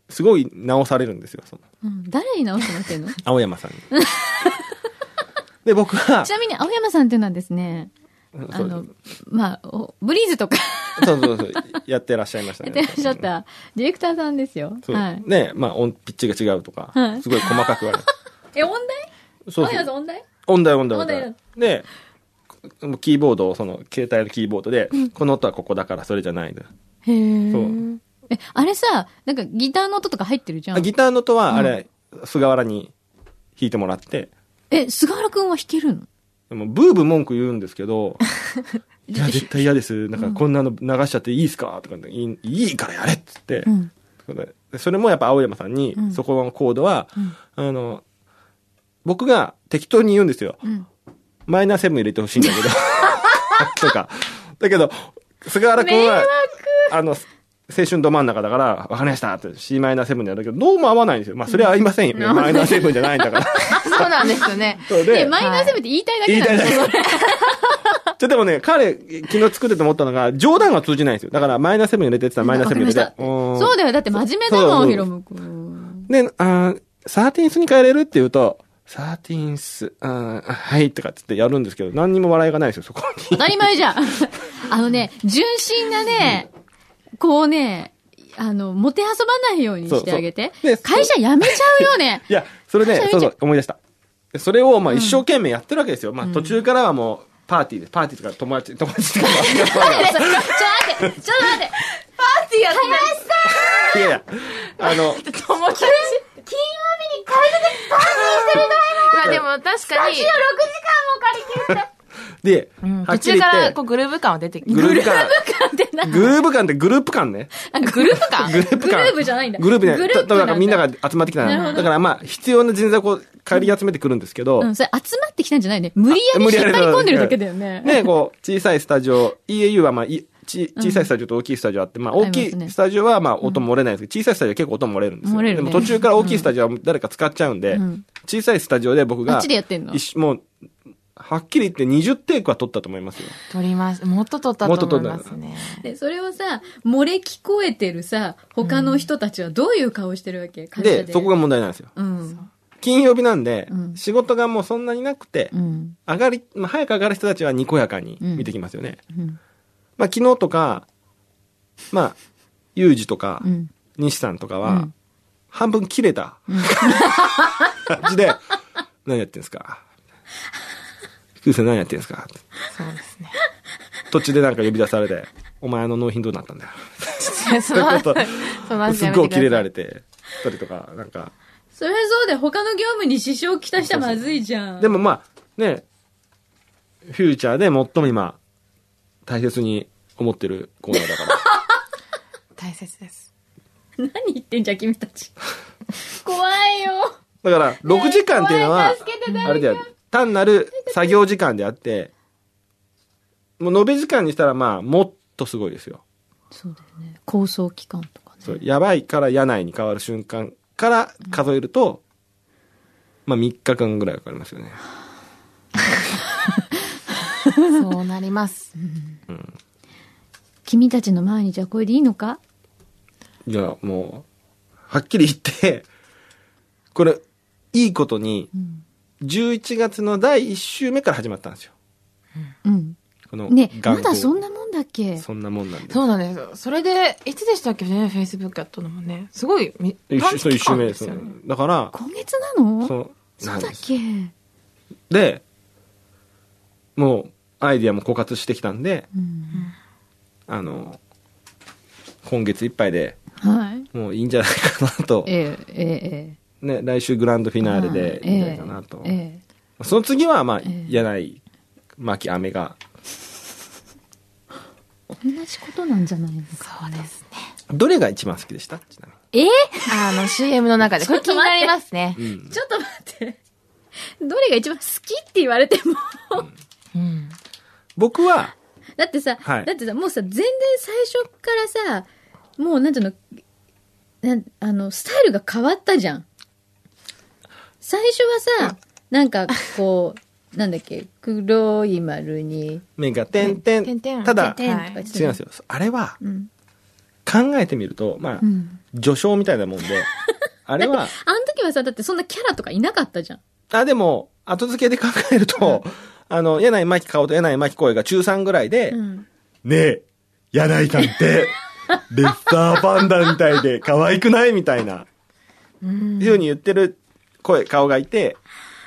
Speaker 7: すごい直されるんですよその
Speaker 6: うん誰に直してもらってんの
Speaker 7: 青山さんにで僕は
Speaker 6: ちなみに、青山さんっていうのはですね、
Speaker 7: そう
Speaker 6: あの、まあ、おブリーズ とか
Speaker 7: そうそうそうやってらっしゃいました
Speaker 6: や
Speaker 7: ね
Speaker 6: ってらっしゃったディレクターさんですよ。
Speaker 7: そう、
Speaker 6: はい。
Speaker 7: ねまあ音ピッチが違うとか、
Speaker 6: はい
Speaker 7: すごい細かく言われる
Speaker 6: え、音
Speaker 7: そ
Speaker 6: 大
Speaker 7: う
Speaker 6: 青
Speaker 7: そ
Speaker 6: 山さん
Speaker 7: う
Speaker 6: 音大
Speaker 7: 音大音大音
Speaker 6: 音
Speaker 7: 大
Speaker 6: 大
Speaker 7: でこキーボードをその携帯のキーボードで、
Speaker 6: うん
Speaker 7: この音はここだからそれじゃない
Speaker 6: へ
Speaker 7: のそ
Speaker 6: え
Speaker 7: う。
Speaker 6: え、あれさ、なんかギターの音とか入ってるじゃ
Speaker 7: あ
Speaker 6: ん。
Speaker 7: ギターの音はあれ、菅原に弾いてもらって
Speaker 6: え、菅原くんは弾けるの
Speaker 7: でもブーブー文句言うんです けどいや絶対嫌ですなん
Speaker 6: う
Speaker 7: か
Speaker 6: ん
Speaker 7: こんなの流しちゃっていいですかとか言っていいいいからやれっつって、
Speaker 6: うん
Speaker 7: でそれもやっぱ青山さんに、
Speaker 6: うん
Speaker 7: そこのコードは、
Speaker 6: うん
Speaker 7: あの僕が適当に言うんですよ、
Speaker 6: うん。
Speaker 7: マイナーセブン入れてほしいんだけど。 とか。だけど、菅原君は
Speaker 6: 迷、
Speaker 7: あの、青春ど真ん中だから、わかりましたって C マイナーセブンなんだけど、どうも合わないんですよ。まあ、それは合いませんよ。
Speaker 9: うん
Speaker 7: マイナーセブンじゃないん だから。
Speaker 9: そうなんですよね。
Speaker 7: そう
Speaker 6: で、
Speaker 7: で、
Speaker 6: マイナーセブンって言いたいだけ なんですよ。
Speaker 7: ちょでもね、彼、昨日作ってて思ったのが、冗談が通じないんですよ。だから、マイナーセブン入れてって言ったら、マイナーセブン入れて。
Speaker 6: そ
Speaker 7: ん
Speaker 6: うそうだよ。だって真面目だ
Speaker 7: そう
Speaker 6: も
Speaker 7: そ
Speaker 6: ん、
Speaker 7: う
Speaker 6: ヒロムくん。
Speaker 7: で、あーサーティンスに変えれるって言うと、サーティンス、あーはい、とかっつってやるんですけど、何にも笑いがないんですよ、そこに。
Speaker 6: 当たり前じゃん。 あのね、純真なね、こうね、あの、もてあそばないようにしてあげて
Speaker 7: そうそうで。
Speaker 6: 会社辞めちゃうよね。
Speaker 7: いや、それ
Speaker 6: めちゃ
Speaker 7: ね
Speaker 6: め、ち
Speaker 7: そ
Speaker 6: ゃ
Speaker 7: うそう、思い出した。でそれを、まあ、
Speaker 6: うん
Speaker 7: 一生懸命やってるわけですよ。まあ、途中からはもう、パーティーで、パーティーとか友達、友達とか、
Speaker 6: ちょっと待って、ちょっと待って。
Speaker 9: パーティーやってない
Speaker 7: いやいや、あの、
Speaker 9: 友達。
Speaker 6: 金曜日に会社でパーティーしてみ
Speaker 9: まあでも確かに。
Speaker 6: たいの !6 時間も借り切る
Speaker 7: で、は
Speaker 9: 途
Speaker 7: っき
Speaker 9: 中
Speaker 7: り言
Speaker 9: か
Speaker 7: っ
Speaker 9: ら
Speaker 7: て
Speaker 9: こ、うグルーヴ感は出てきて。
Speaker 7: グループ感、
Speaker 6: ってな。
Speaker 7: グループ感ってグループ感ね。
Speaker 6: あグループか
Speaker 7: グループ感
Speaker 6: グループじゃないんだ。
Speaker 7: グループね。
Speaker 6: グルー
Speaker 7: だ
Speaker 6: プ
Speaker 7: だからみんな
Speaker 6: が。
Speaker 7: が集まってきた
Speaker 6: なるほ
Speaker 7: ら、
Speaker 6: ど
Speaker 7: だからまあ、必要な人材をこう、借り集めてくるんですけど
Speaker 6: う、ん、それ集まってきたんじゃないね。無理やり引っ張り込んでるだけだよね。
Speaker 7: ね、こう、小さいスタジオ、EAU はまあ、いち小さいスタジオと大きいスタジオあって、まあ、大き
Speaker 6: ありますね
Speaker 7: いスタジオはまあ、音漏れないですけど、小さいスタジオは結構音漏れるんですよ。
Speaker 6: 漏れる
Speaker 7: で
Speaker 6: ね
Speaker 7: も途中から大きいスタジオは誰か使っちゃうんで
Speaker 6: うん、
Speaker 7: 小さいスタジオで僕
Speaker 6: あ
Speaker 7: が
Speaker 6: っち、でやってんの
Speaker 7: 一緒もう、はっきり言って20テイクは取ったと思いますよ。
Speaker 9: 取ります。もっと取ったと思いますね。
Speaker 6: で、それをさ、漏れ聞こえてるさ、他の人たちはどういう顔してるわけ会社で。
Speaker 7: で、そこが問題なんですよ。
Speaker 6: うん。
Speaker 7: 金曜日なんで
Speaker 6: う、ん
Speaker 7: 仕事がもうそんなになくて
Speaker 6: う、ん。
Speaker 7: 上がり、まあ、早く上がる人たちはにこやかに見てきますよね。
Speaker 6: うん。
Speaker 7: まあ、昨日とか、まあ、ユージとか
Speaker 6: う、ん。
Speaker 7: 西さんとか
Speaker 6: う
Speaker 7: は
Speaker 6: ん、
Speaker 7: 半分切 れた感じで、何やってんすかクーさん何やってんすかって
Speaker 9: そうですね。
Speaker 7: 途中でなんか呼び出されて、お前あの納品どうなったんだよ。
Speaker 9: そう
Speaker 7: いうこと
Speaker 9: の話
Speaker 7: す
Speaker 9: やめてくださ
Speaker 7: っごい切れられて、たりとか、なんか。
Speaker 6: それはそうだよ。他の業務に支障をきたしたらまずいじゃん。
Speaker 7: でもまあ、ね、フューチャーで最も今、大切に思ってるコーナーだから。
Speaker 9: 大切です。
Speaker 6: 何言ってんじゃん、君たち。怖いよ。
Speaker 7: だから、6時間っていうの
Speaker 6: 怖
Speaker 7: は
Speaker 6: い助けて、誰か
Speaker 7: あれだよ、単なる作業時間であって、もう延べ時間にしたら、まあ、もっとすごいですよ。
Speaker 6: そうだよね。構想期間とかね。
Speaker 7: そう、やばいからやないに変わる瞬間から数えると、まあ、3日間ぐらいかかりますよね。
Speaker 9: そうなります。
Speaker 6: 君たちの毎日はこれでいいのか
Speaker 7: いや、もう、はっきり言って、これ、いいことに、11月の第1週目から始まったんですよ。
Speaker 6: うん。
Speaker 7: ここの
Speaker 6: ね、
Speaker 7: 頑
Speaker 6: ま
Speaker 7: 固
Speaker 6: だそんなもんだっけ
Speaker 7: そんなもんなんで
Speaker 9: そうなんです。それで、いつでしたっけね、フェイスブックやったのもね。すごいみ、
Speaker 7: 一
Speaker 9: 短
Speaker 7: 週そう
Speaker 9: 期
Speaker 7: 一週
Speaker 9: 間
Speaker 7: 目
Speaker 9: で
Speaker 7: ですす
Speaker 9: よ
Speaker 7: ね
Speaker 9: ね。
Speaker 7: だから
Speaker 6: 今月なの
Speaker 7: そう
Speaker 6: そうだっけ
Speaker 7: でもうアイディアも枯渇してきたんで
Speaker 6: うん
Speaker 7: あの今月いっぱいで
Speaker 6: はい。
Speaker 7: もういいんじゃないかなと、
Speaker 6: ええ、ええ、
Speaker 7: ね、来週グランドフィナーレでいいんじゃないかなと、
Speaker 6: ええ。
Speaker 7: その次はまあ、柳牧雨が
Speaker 6: 同じことなんじゃないですか。そうですね。
Speaker 7: どれが一番好きでしたちな
Speaker 6: え
Speaker 9: あの、CM の中で。これ気になりますね
Speaker 7: み。に、うん
Speaker 6: ちょっと待って。どれが一番好きって言われても。
Speaker 7: 僕は
Speaker 6: だってさ、
Speaker 7: はい
Speaker 6: だってさ、もうさ、全然最初からさ、もうなんていうの、なんあの、スタイルが変わったじゃん。最初はさ、なんかこう、 なんだっけ、黒い丸に、
Speaker 7: 目が点々
Speaker 9: てんてん
Speaker 7: ただ
Speaker 6: 点々とか言ってた
Speaker 7: 違うんですよあれは
Speaker 6: うん。
Speaker 7: 考えてみるとまあ、
Speaker 6: うん。
Speaker 7: 序章みたいなもん であれは
Speaker 6: あの時はさ、だってそんなキャラとかいなかったじゃん。
Speaker 7: あでも後付けで考えると、あの柳井真紀顔と柳井真紀声が中3ぐらいで、
Speaker 6: うん。
Speaker 7: ねえ柳井さんってレッサーパンダみたいで可愛くないみたいな
Speaker 9: うん
Speaker 7: ふうに言ってる声顔がいて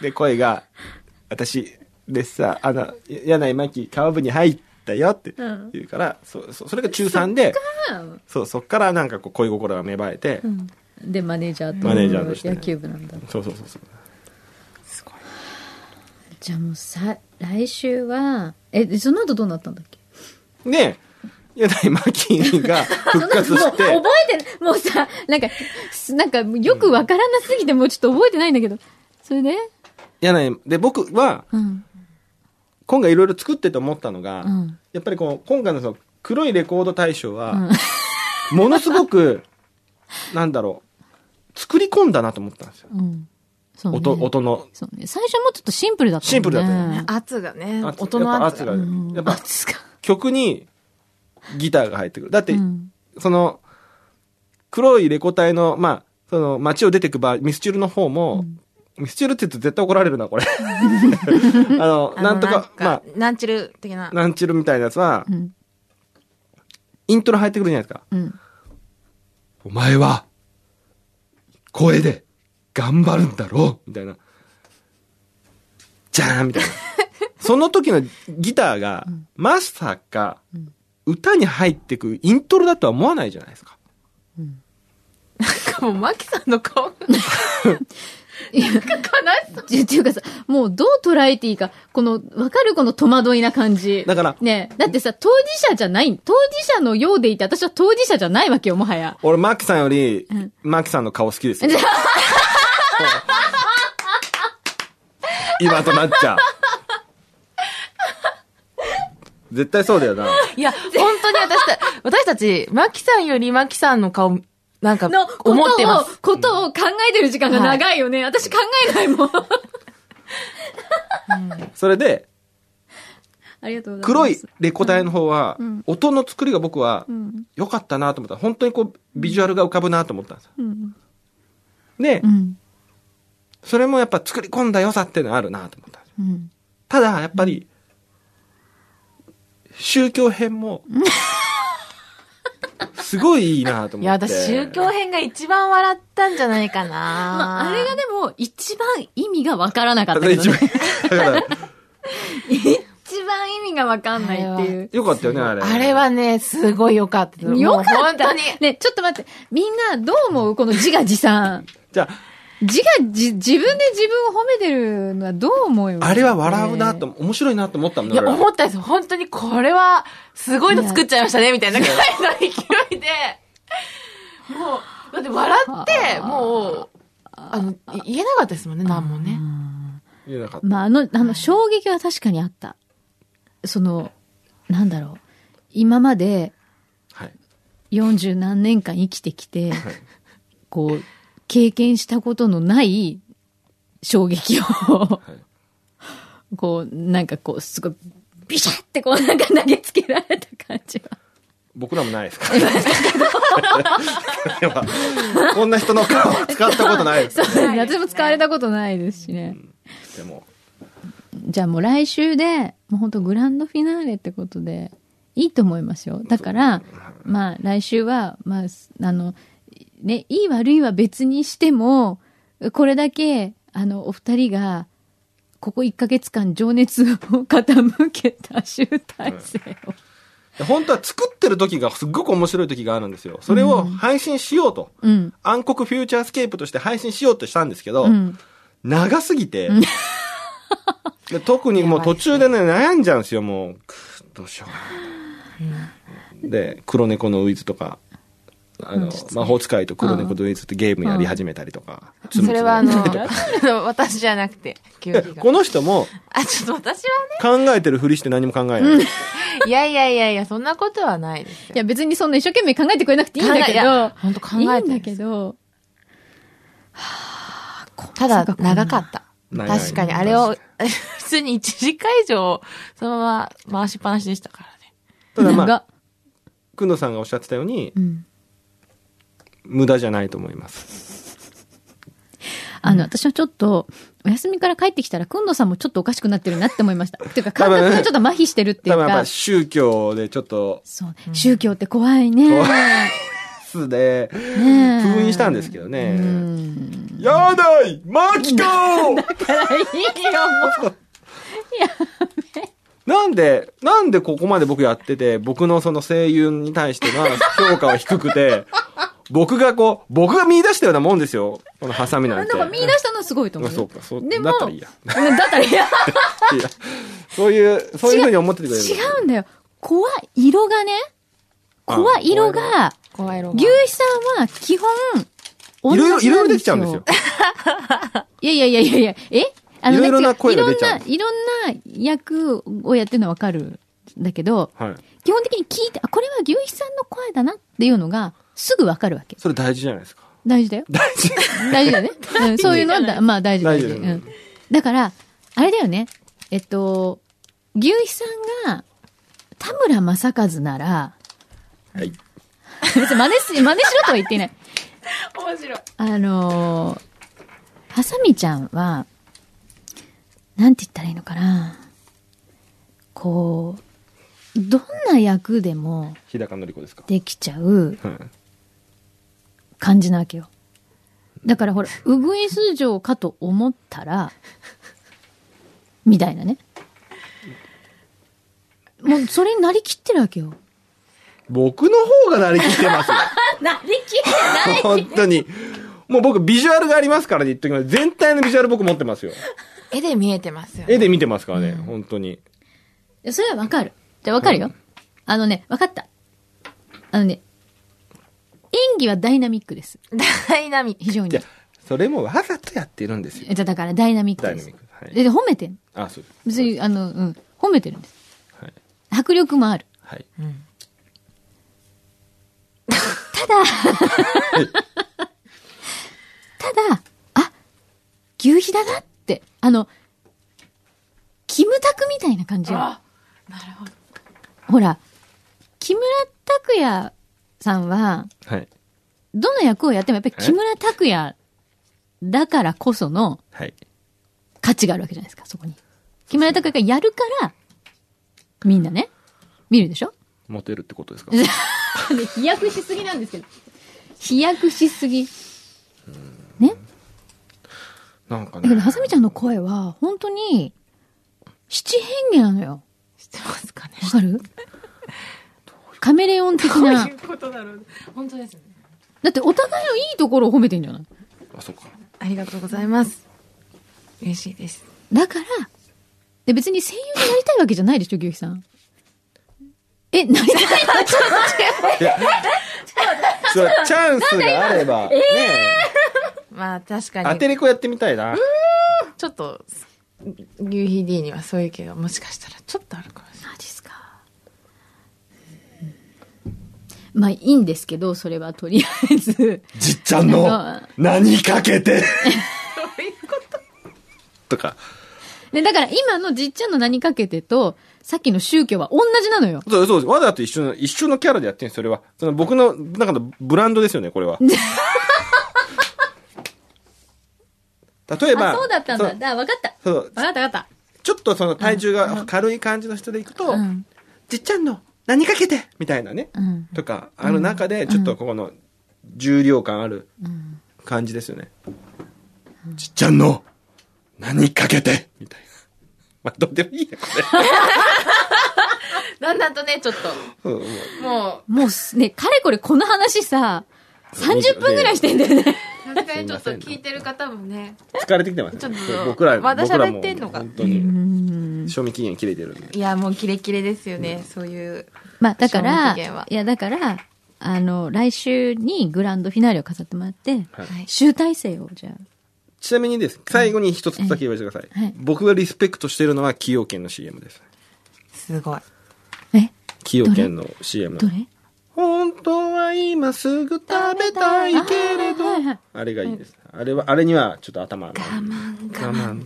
Speaker 7: で声が「私レッサーあの柳井真紀顔部に入ったよ」って
Speaker 6: うん。
Speaker 7: 言うから、そそそれが中3でそうそっからなんかこう恋心が芽生えて、
Speaker 6: うんで、マネージャーと。
Speaker 7: マネージャーとして
Speaker 6: 野球部なんだ。
Speaker 7: そうそうそうそう
Speaker 6: じゃあもうさ、来週は、え、でその後どうなったんだっけ
Speaker 7: で柳井真紀が復 活
Speaker 6: もう
Speaker 7: し
Speaker 6: 覚
Speaker 7: て
Speaker 6: えてない。もうさ、なんか、すなんかよくわからなすぎて、もうちょっと覚えてないんだけど。それで
Speaker 7: 柳井で僕は
Speaker 6: うん。
Speaker 7: 今回いろいろ作ってて思ったのが、
Speaker 6: うん。
Speaker 7: やっぱりこう今回のその黒いレコード大賞
Speaker 6: う
Speaker 7: は
Speaker 6: ん、
Speaker 7: ものすごくなんだろう作り込んだなと思ったんですよ、
Speaker 6: うん。そうね。
Speaker 7: 音音の
Speaker 6: そうね。最初はもうちょっとシンプルだったもんね。
Speaker 7: シンプルだったよね
Speaker 9: 圧がね、
Speaker 7: 圧
Speaker 9: 音の圧が。
Speaker 7: やっぱ
Speaker 6: うん
Speaker 7: やっぱ
Speaker 6: 圧が。
Speaker 7: 曲にギターが入ってくるだって、
Speaker 6: うん。
Speaker 7: その黒いレコ隊のまあその街を出てく場合ミスチュルの方も、ミスチュルって言うと絶対怒られるなこれあ の
Speaker 9: あの
Speaker 7: なんとかま
Speaker 9: なんちる的な
Speaker 7: あ。なんちゅるみたいなやつは、
Speaker 6: うん。
Speaker 7: イントロ入ってくるじゃないですか
Speaker 6: うん。
Speaker 7: お前は、声で頑張るんだろうみたいな。じゃーんみたい な。その時のギターが、まさか、歌に入ってくイントロだとは思わないじゃないですか。
Speaker 9: なんかもう、マキさんの顔が。なんか悲しそう。
Speaker 6: っていうかさ、もうどう捉えていいか、この、わかるこの戸惑いな感じ。
Speaker 7: だから、
Speaker 6: ねえだってさ、当事者じゃない、当事者のようでいて、私は当事者じゃないわけよ、もはや。
Speaker 7: 俺、マキさんより
Speaker 6: ん、
Speaker 7: マキさんの顔好きです よ。今となっちゃう。絶対そうだよな。
Speaker 9: いや、本当に私たち、私たち、マキさんよりマキさんの顔、なんか
Speaker 6: の、ことを
Speaker 9: 思ってます。、
Speaker 6: ことを考えてる時間が長いよね。私考えないもん。
Speaker 7: それで、
Speaker 6: ありがとうございます。
Speaker 7: 黒いレコ大の方は、
Speaker 6: ん
Speaker 7: 音の作りが僕は
Speaker 6: うん。
Speaker 7: 良かったなと思った本当にこうビジュアルが浮かぶなと思ったんですよ
Speaker 6: うん。
Speaker 7: で、
Speaker 6: うん。
Speaker 7: それもやっぱ作り込んだ良さっていうのはあるなと思ったんですよ
Speaker 6: うん。
Speaker 7: ただやっぱり、宗教編もすごいいいなと思って
Speaker 9: いや、私、宗教編が一番笑ったんじゃないかな。
Speaker 6: まあ、あれが
Speaker 9: ね、
Speaker 6: でも、一番意味がわからなかったけど、ね。
Speaker 7: だから
Speaker 6: 一番意味がわかんないっていう。
Speaker 7: よかったよねあれ
Speaker 9: あれはね、すごい良かった。
Speaker 6: よかった
Speaker 9: もう本当に。
Speaker 6: ね、ちょっと待って。みんな、どう思うこの自画自賛。
Speaker 7: じゃ
Speaker 6: 自画自、自分で自分を褒めてるのはどう思いま
Speaker 7: あ
Speaker 6: す
Speaker 7: あれは笑うなと、面白いなと思ったもん
Speaker 9: い
Speaker 7: ね
Speaker 9: や、
Speaker 7: 俺は
Speaker 9: 思ったんですよ。本当にこれは、すごいの作っちゃいましたね、みたいなぐらいの勢いで。もう、だって笑って、もう、あの、い言えなかったですもんね、なんもね。
Speaker 7: 言えなかった
Speaker 6: まあ、あの、あの、衝撃は確かにあった。その、なんだろう。今まで
Speaker 7: はい
Speaker 6: 40何年間生きてきて、こう、経験したことのない衝撃を、こう、なんかこう、すごい、ビシャってこう、なんか投げつけられた感じが。
Speaker 7: 僕らもないですからでは こんな人の顔を使ったことないです
Speaker 6: そうですね。私も使われたことないですしね。
Speaker 7: でも、
Speaker 6: じゃあもう来週で、もう本当グランドフィナーレってことで、いいと思いますよ。だから、まあ来週は、まあ、すあの、ね、いい悪いは別にしても、これだけ、あの、お二人が、ここ1ヶ月間情熱を傾けた集大成を。
Speaker 7: 本当は作ってる時がすっごく面白い時があるんですよ。それを配信しようと。
Speaker 6: うん。
Speaker 7: 暗黒フューチャースケープとして配信しようとしたんですけど、
Speaker 6: うん。
Speaker 7: 長すぎて、 で特にもう途中でね、悩んじゃうんですよ、もう。くーどうしようかな。で、黒猫のウィズとか、あの、魔法使いと黒猫とウィズってゲームやり始めたりとか。つむつむ
Speaker 9: それはあの、 私じゃなくて、牛皮が。
Speaker 7: この人も
Speaker 9: あ、ちょっと私は
Speaker 7: 考えてるふりして何も考えない。
Speaker 9: ね、いやいやいやいや、そんなことはないです。
Speaker 6: いや別にそんな一生懸命考えてくれなくていいんだ
Speaker 9: 考えい
Speaker 6: けど
Speaker 9: や。本当考え
Speaker 6: いい
Speaker 9: て
Speaker 6: ん
Speaker 9: る
Speaker 6: だけど。
Speaker 9: ただ、長かった。
Speaker 6: 長い
Speaker 9: 確かに、あれを、普通に1時間以上、そのまま回しっぱなしでしたから。
Speaker 7: ただまあ、くんのさんがおっしゃってたように、無駄じゃないと思います。
Speaker 6: あの、私はちょっと、お休みから帰ってきたら、くんどさんもちょっとおかしくなってるなって思いました。 っていうか、
Speaker 7: 多
Speaker 6: 感
Speaker 7: 分
Speaker 6: 覚がちょっと麻痺してるってい
Speaker 7: 多
Speaker 6: う
Speaker 7: 分やっ
Speaker 6: か
Speaker 7: ぱ、宗教でちょっと、
Speaker 6: 宗教って怖いね。
Speaker 7: 怖いすで、
Speaker 6: ねえ
Speaker 7: 封印したんですけどね。
Speaker 10: やないマキコ
Speaker 6: からいいよ、
Speaker 10: もう。
Speaker 7: なんで、なんでここまで僕やってて、僕のその声優に対しての評価は低くて、 僕がこう、僕が見出したようなもんですよ。このハサミなんて。
Speaker 6: なんか見出したのすごいと思
Speaker 7: あ
Speaker 6: う
Speaker 7: そう
Speaker 6: よ。
Speaker 7: か、そう。
Speaker 6: でも
Speaker 7: だったらいいや。
Speaker 6: だったら、 いや、
Speaker 7: いやそういう、そういうふうに思っててくれる。
Speaker 6: 違うんだよ。怖い色がね、怖い色が、
Speaker 9: 怖い色
Speaker 6: 牛肥さんは基本、
Speaker 7: いろいろ、
Speaker 6: 同じ
Speaker 7: いろ
Speaker 6: ない
Speaker 7: ろ
Speaker 6: ん
Speaker 7: できちゃうんですよ。
Speaker 6: いやいやいやいやいや、えあのね
Speaker 7: いろいろな
Speaker 6: 違う
Speaker 7: 声が出ちゃう
Speaker 6: いろんな、いろんな役をやってるのはわかるんだけど、
Speaker 7: はい。
Speaker 6: 基本的に聞いて、あ、これは牛肥さんの声だなっていうのが、すぐわかるわけ。
Speaker 7: それ大事じゃないですか。
Speaker 6: 大事だよ。
Speaker 7: 大事。
Speaker 6: 大事だね。うん、そういうのはだ、まあ大事大事。うん。だから、あれだよね。えっと、牛肥さんが、田村正和なら、
Speaker 7: はい。
Speaker 6: 別に真似し、真似しろとは言っていない。
Speaker 9: 面白い。
Speaker 6: あのー、ハサミちゃんは、なんて言ったらいいのかな。こう、どんな役でも
Speaker 7: 日高のり子ですか。
Speaker 6: できちゃう
Speaker 7: はい。
Speaker 6: 感じなわけよ。だからほら、うぐいす嬢かと思ったら、みたいなね。もうそれになりきってるわけよ。
Speaker 7: 僕の方がなりきって ますよ。
Speaker 6: なりきってない
Speaker 7: 本当に。もう僕、ビジュアルがありますからね、言っときます。全体のビジュアル僕持ってますよ。
Speaker 9: 絵で見えてますよ。
Speaker 7: 絵で見てますからね、本当に。
Speaker 6: いやそれはわかる。じゃあわかるよ。あのね、わかった。あのね、演技はダイナミックです。
Speaker 9: ダイナミッ
Speaker 6: ク。非常に。
Speaker 7: じゃそれもわざとやってるんですよ。
Speaker 6: えじゃあだからダイナミック
Speaker 7: ダイ
Speaker 6: で
Speaker 7: ナ
Speaker 6: す
Speaker 7: ミッ。ク。はい。
Speaker 6: で、で褒めてん
Speaker 7: あ、そうです。
Speaker 6: 別に、あの、うん、褒めてるんです。
Speaker 7: はい
Speaker 6: 迫力もある。
Speaker 7: はい。
Speaker 6: ただ、ただ、あ、牛皮だなって、あの、キムタクみたいな感じよ。なるほど。ほら、木村拓哉さんは、
Speaker 7: はい。
Speaker 6: どの役をやってもやっぱり木村拓哉だからこその
Speaker 7: はい。
Speaker 6: 価値があるわけじゃないですか、そこに。木村拓哉がやるから、みんなね、見るでしょ
Speaker 7: モテるってことです か
Speaker 6: 飛躍しすぎなんですけど。飛躍しすぎ。ね。
Speaker 7: なんか
Speaker 6: だけど、
Speaker 7: ね。
Speaker 6: はさみちゃんの声は、本当に、七変化なのよ。知ってますかねわかるカメレオン的
Speaker 9: どう
Speaker 6: な
Speaker 9: いう。ことだろう。本当ですね。
Speaker 6: だって、お互いのいいところを褒めてんじゃない
Speaker 7: あ、そうか。
Speaker 9: ありがとうございます。嬉しいです。
Speaker 6: だから、で別に声優になりたいわけじゃないでしょ、牛肥さん。え、なりたいわけじゃない
Speaker 7: いや、そう、チャンスがあれば、ね
Speaker 9: まあ確か
Speaker 7: え
Speaker 9: に。
Speaker 7: アテレコやってみたいな。
Speaker 9: ちょっと、牛皮 D にはそういうけど、もしかしたらちょっとあるかもしれない。
Speaker 6: マジっすか。まあ、いいんですけど、それはとりあえず。
Speaker 10: じっちゃんの
Speaker 6: あ
Speaker 10: 何かけて
Speaker 7: とか。
Speaker 6: ね、だから今のじっちゃんの何かけてと、さっきの宗教は同じなのよ。
Speaker 7: そうそうです。わざと一緒の、一緒のキャラでやってるんです、それは。その僕の、なんかのブランドですよね、これ は。例えば、
Speaker 6: あ、そうだったんだ。
Speaker 7: そ
Speaker 6: だ、わかった。
Speaker 7: そう
Speaker 6: わかったわかった。
Speaker 7: ちょっとその体重が軽い感じの人で行くと、じっちゃんの何かけてみたいなね、とか、あの中でちょっとここの重量感ある感じですよね。じっちゃんの何かけてみたいな。 まあ、どうでもいいや、こ
Speaker 2: だんだんとね、ちょっ
Speaker 7: れ。うんうん
Speaker 2: と、も
Speaker 6: もうすね、かれこれこの話さ、30分ぐらいしてんだよね。
Speaker 2: う、確かにちょっと聞いてる方もね、
Speaker 7: 疲れてきてます
Speaker 2: ちょっ
Speaker 7: ね
Speaker 2: と。
Speaker 7: 僕ら、
Speaker 2: まだ
Speaker 7: 僕らも
Speaker 2: 喋ってんのか
Speaker 7: 本当に、賞味期限切れてるんで。
Speaker 2: いや、もうキレキレですよね、そういう。
Speaker 6: まあ、だか
Speaker 2: 賞味
Speaker 6: ら、
Speaker 2: 期限はい
Speaker 6: や、だから、あの、来週にグランドフィナーレを飾ってもらって、
Speaker 7: はい
Speaker 6: 集大成を、じゃあ。
Speaker 7: ちなみにです、最後に一つだけ言わせてくださ
Speaker 6: はいい。
Speaker 7: 僕がリスペクトしてるのは、崎陽軒の CM です。
Speaker 2: すごい。
Speaker 7: 崎陽軒の CM。
Speaker 6: どれ
Speaker 7: 本当は今すぐ食べたいけれど。あれがいいです。あれは、あれにはちょっと頭が。我慢、我慢。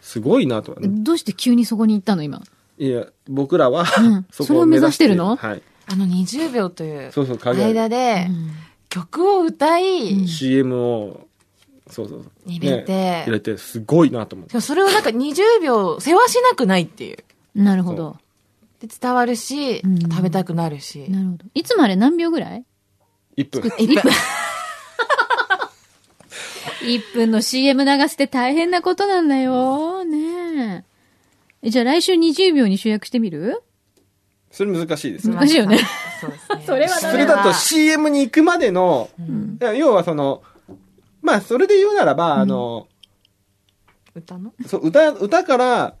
Speaker 7: すごいなとはね。
Speaker 6: どうして急にそこに行ったの、今。
Speaker 7: いや、僕らは、そ
Speaker 6: そ
Speaker 7: こ
Speaker 6: れを
Speaker 7: を
Speaker 6: 目
Speaker 7: 目
Speaker 6: 指
Speaker 7: 指
Speaker 6: し
Speaker 7: してて
Speaker 6: る
Speaker 7: る
Speaker 6: の
Speaker 7: はい。
Speaker 2: あの20秒という
Speaker 7: そうそう、影ある
Speaker 2: 間で、曲を歌い、
Speaker 7: CM を、そうそうそう。
Speaker 2: 入れて
Speaker 7: ね入れて、すごいなと思って
Speaker 2: でもそれをなんか20秒、世話しなくないっていう。
Speaker 6: なるほど。
Speaker 2: で伝わるし、食べたくなるし。
Speaker 6: なるほど。いつもあれ何秒 ぐらい
Speaker 7: 1分。
Speaker 6: ?1 分。1分の CM 流すって大変なことなんだよ。ねえ。えじゃあ来週20秒に集約してみる
Speaker 7: それ難しいですね。
Speaker 6: 難しいよね。それはダ
Speaker 7: そ
Speaker 6: メ
Speaker 7: れだと
Speaker 6: だ。
Speaker 7: CM に行くまでの、いや要はその、まあ、それで言うならば、あの、
Speaker 2: 歌の
Speaker 7: そう、歌、歌から、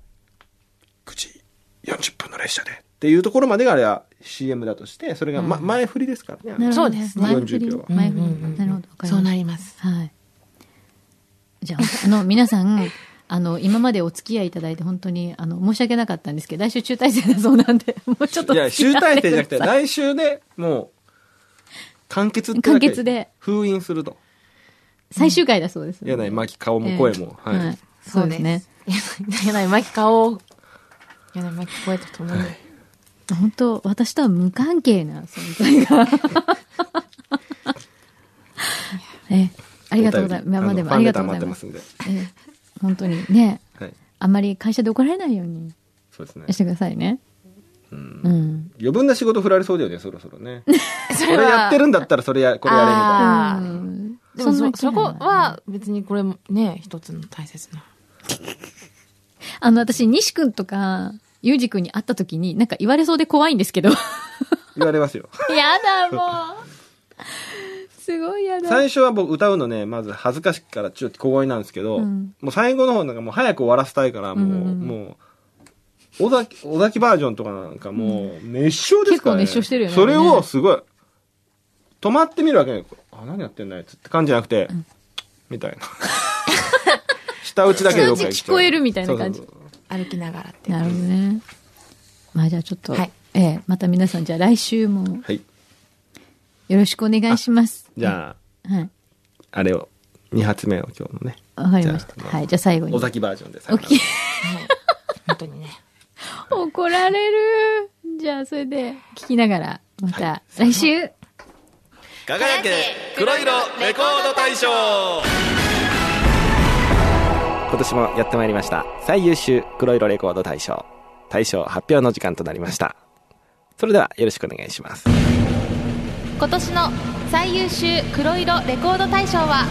Speaker 7: 9時40分の列車でっていうところまでがあれは CM だとして、それが、ま前振りですからね。
Speaker 2: そうですね。
Speaker 7: 40秒は。
Speaker 6: 前振り。なるほど。わかりました
Speaker 2: そうなります。
Speaker 6: はい。じゃあ、あの、皆さん、 あの、今までお付き合いいただいて、本当に、あの、申し訳なかったんですけど、来週中大戦だそうなんで、 もうちょっと
Speaker 7: いや、
Speaker 6: 付き合
Speaker 7: 集
Speaker 6: ってください。
Speaker 7: 大成じゃなくて、来週で、もう、完結ってだ
Speaker 6: 完
Speaker 7: け
Speaker 6: 結で、
Speaker 7: 封印すると。
Speaker 6: 最終回だそうです。
Speaker 7: 柳井真紀顔も声も。
Speaker 6: ええ
Speaker 7: はい。
Speaker 6: そうですね。
Speaker 2: 柳井真紀顔、柳井真紀声とともに。
Speaker 6: 本当、私とは無関係な存在 が。ええ、ありがとうございます。今
Speaker 7: お便り
Speaker 6: までも
Speaker 7: あ
Speaker 6: あ
Speaker 7: の
Speaker 6: り
Speaker 7: フ
Speaker 6: が
Speaker 7: ァンレ
Speaker 6: とうござい
Speaker 7: ター待って
Speaker 6: ま。
Speaker 7: ますすんで。
Speaker 6: ええ本当にね、
Speaker 7: はい。
Speaker 6: あんまり会社で怒られないように
Speaker 7: そうですね。
Speaker 6: してくださいね。うん。
Speaker 7: 余分な仕事振られそうだよね、そろそ ろね。
Speaker 2: そ
Speaker 7: これやってるんだったら、それや、これやれみたいな。
Speaker 2: あーでも
Speaker 6: そんな
Speaker 2: そ
Speaker 6: 気配
Speaker 2: そこは別にこれもね、一つの大切な。
Speaker 6: あの、私、西くんとか、ゆうじくんに会った時に、なんか言われそうで怖いんですけど。や
Speaker 7: 言われますよ。
Speaker 6: だ、もう。すごいやだ。
Speaker 7: 最初は僕歌うのね、まず恥ずかしいからちょっと小声なんですけど、
Speaker 6: うん
Speaker 7: もう最後の方なんかもう早く終わらせたいから、もう、もう、尾崎、尾崎バージョンとかなんかもう、熱唱ですからね。
Speaker 6: 結構熱唱してるよね
Speaker 7: それ
Speaker 6: あれね
Speaker 7: をすごい、止まってみるわけね。あ、何やってんだやつって感じじゃなくて、みたいな。 下打ちだけで
Speaker 6: そのうち
Speaker 7: よくやっちゃう
Speaker 6: 聞こえるみたいな感じ。
Speaker 7: そうそう
Speaker 2: 歩きながらって。
Speaker 6: なるほどね。まあ、じゃあちょっと、
Speaker 2: はい
Speaker 6: ええまた皆さん、じゃあ来週も
Speaker 7: はい。
Speaker 6: よろしくお願いします。
Speaker 7: じゃあ、
Speaker 6: はい。
Speaker 7: あれを、2発目を今日のね、
Speaker 6: わかりました。
Speaker 7: じゃあ
Speaker 6: はい。じゃあ最後
Speaker 7: 尾
Speaker 6: に。
Speaker 7: 崎バージョンでさ
Speaker 6: お
Speaker 7: よなら
Speaker 6: き
Speaker 2: 本当にね。
Speaker 6: 怒られる。じゃあ、それで、聞きながら、また、来週、
Speaker 5: 輝け黒色レコード大賞
Speaker 11: 今年もやってまいりました最優秀黒色レコード大賞大賞発表の時間となりましたそれではよろしくお願いします
Speaker 8: 今年の最優秀黒色レコード大賞は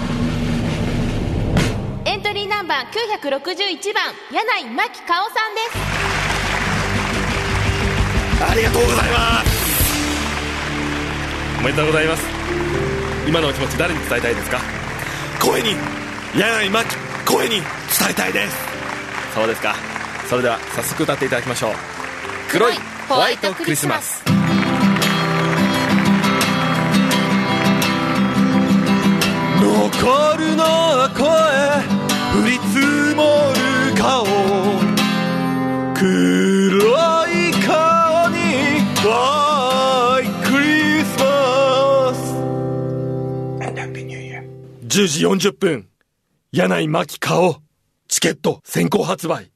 Speaker 8: エントリーナンバー961番柳井真紀かおさんです
Speaker 5: ありがとうございますおめでとうございます今のお気持ち誰に伝えたいですか声に柳井真紀声に伝えたいですそうですかそれでは早速歌っていただきましょう黒いホワイトクリスマス
Speaker 12: 残るのは声降り積もる顔黒い顔にホワイトクリスマス
Speaker 11: 10時40分柳井真紀顔チケット先行発売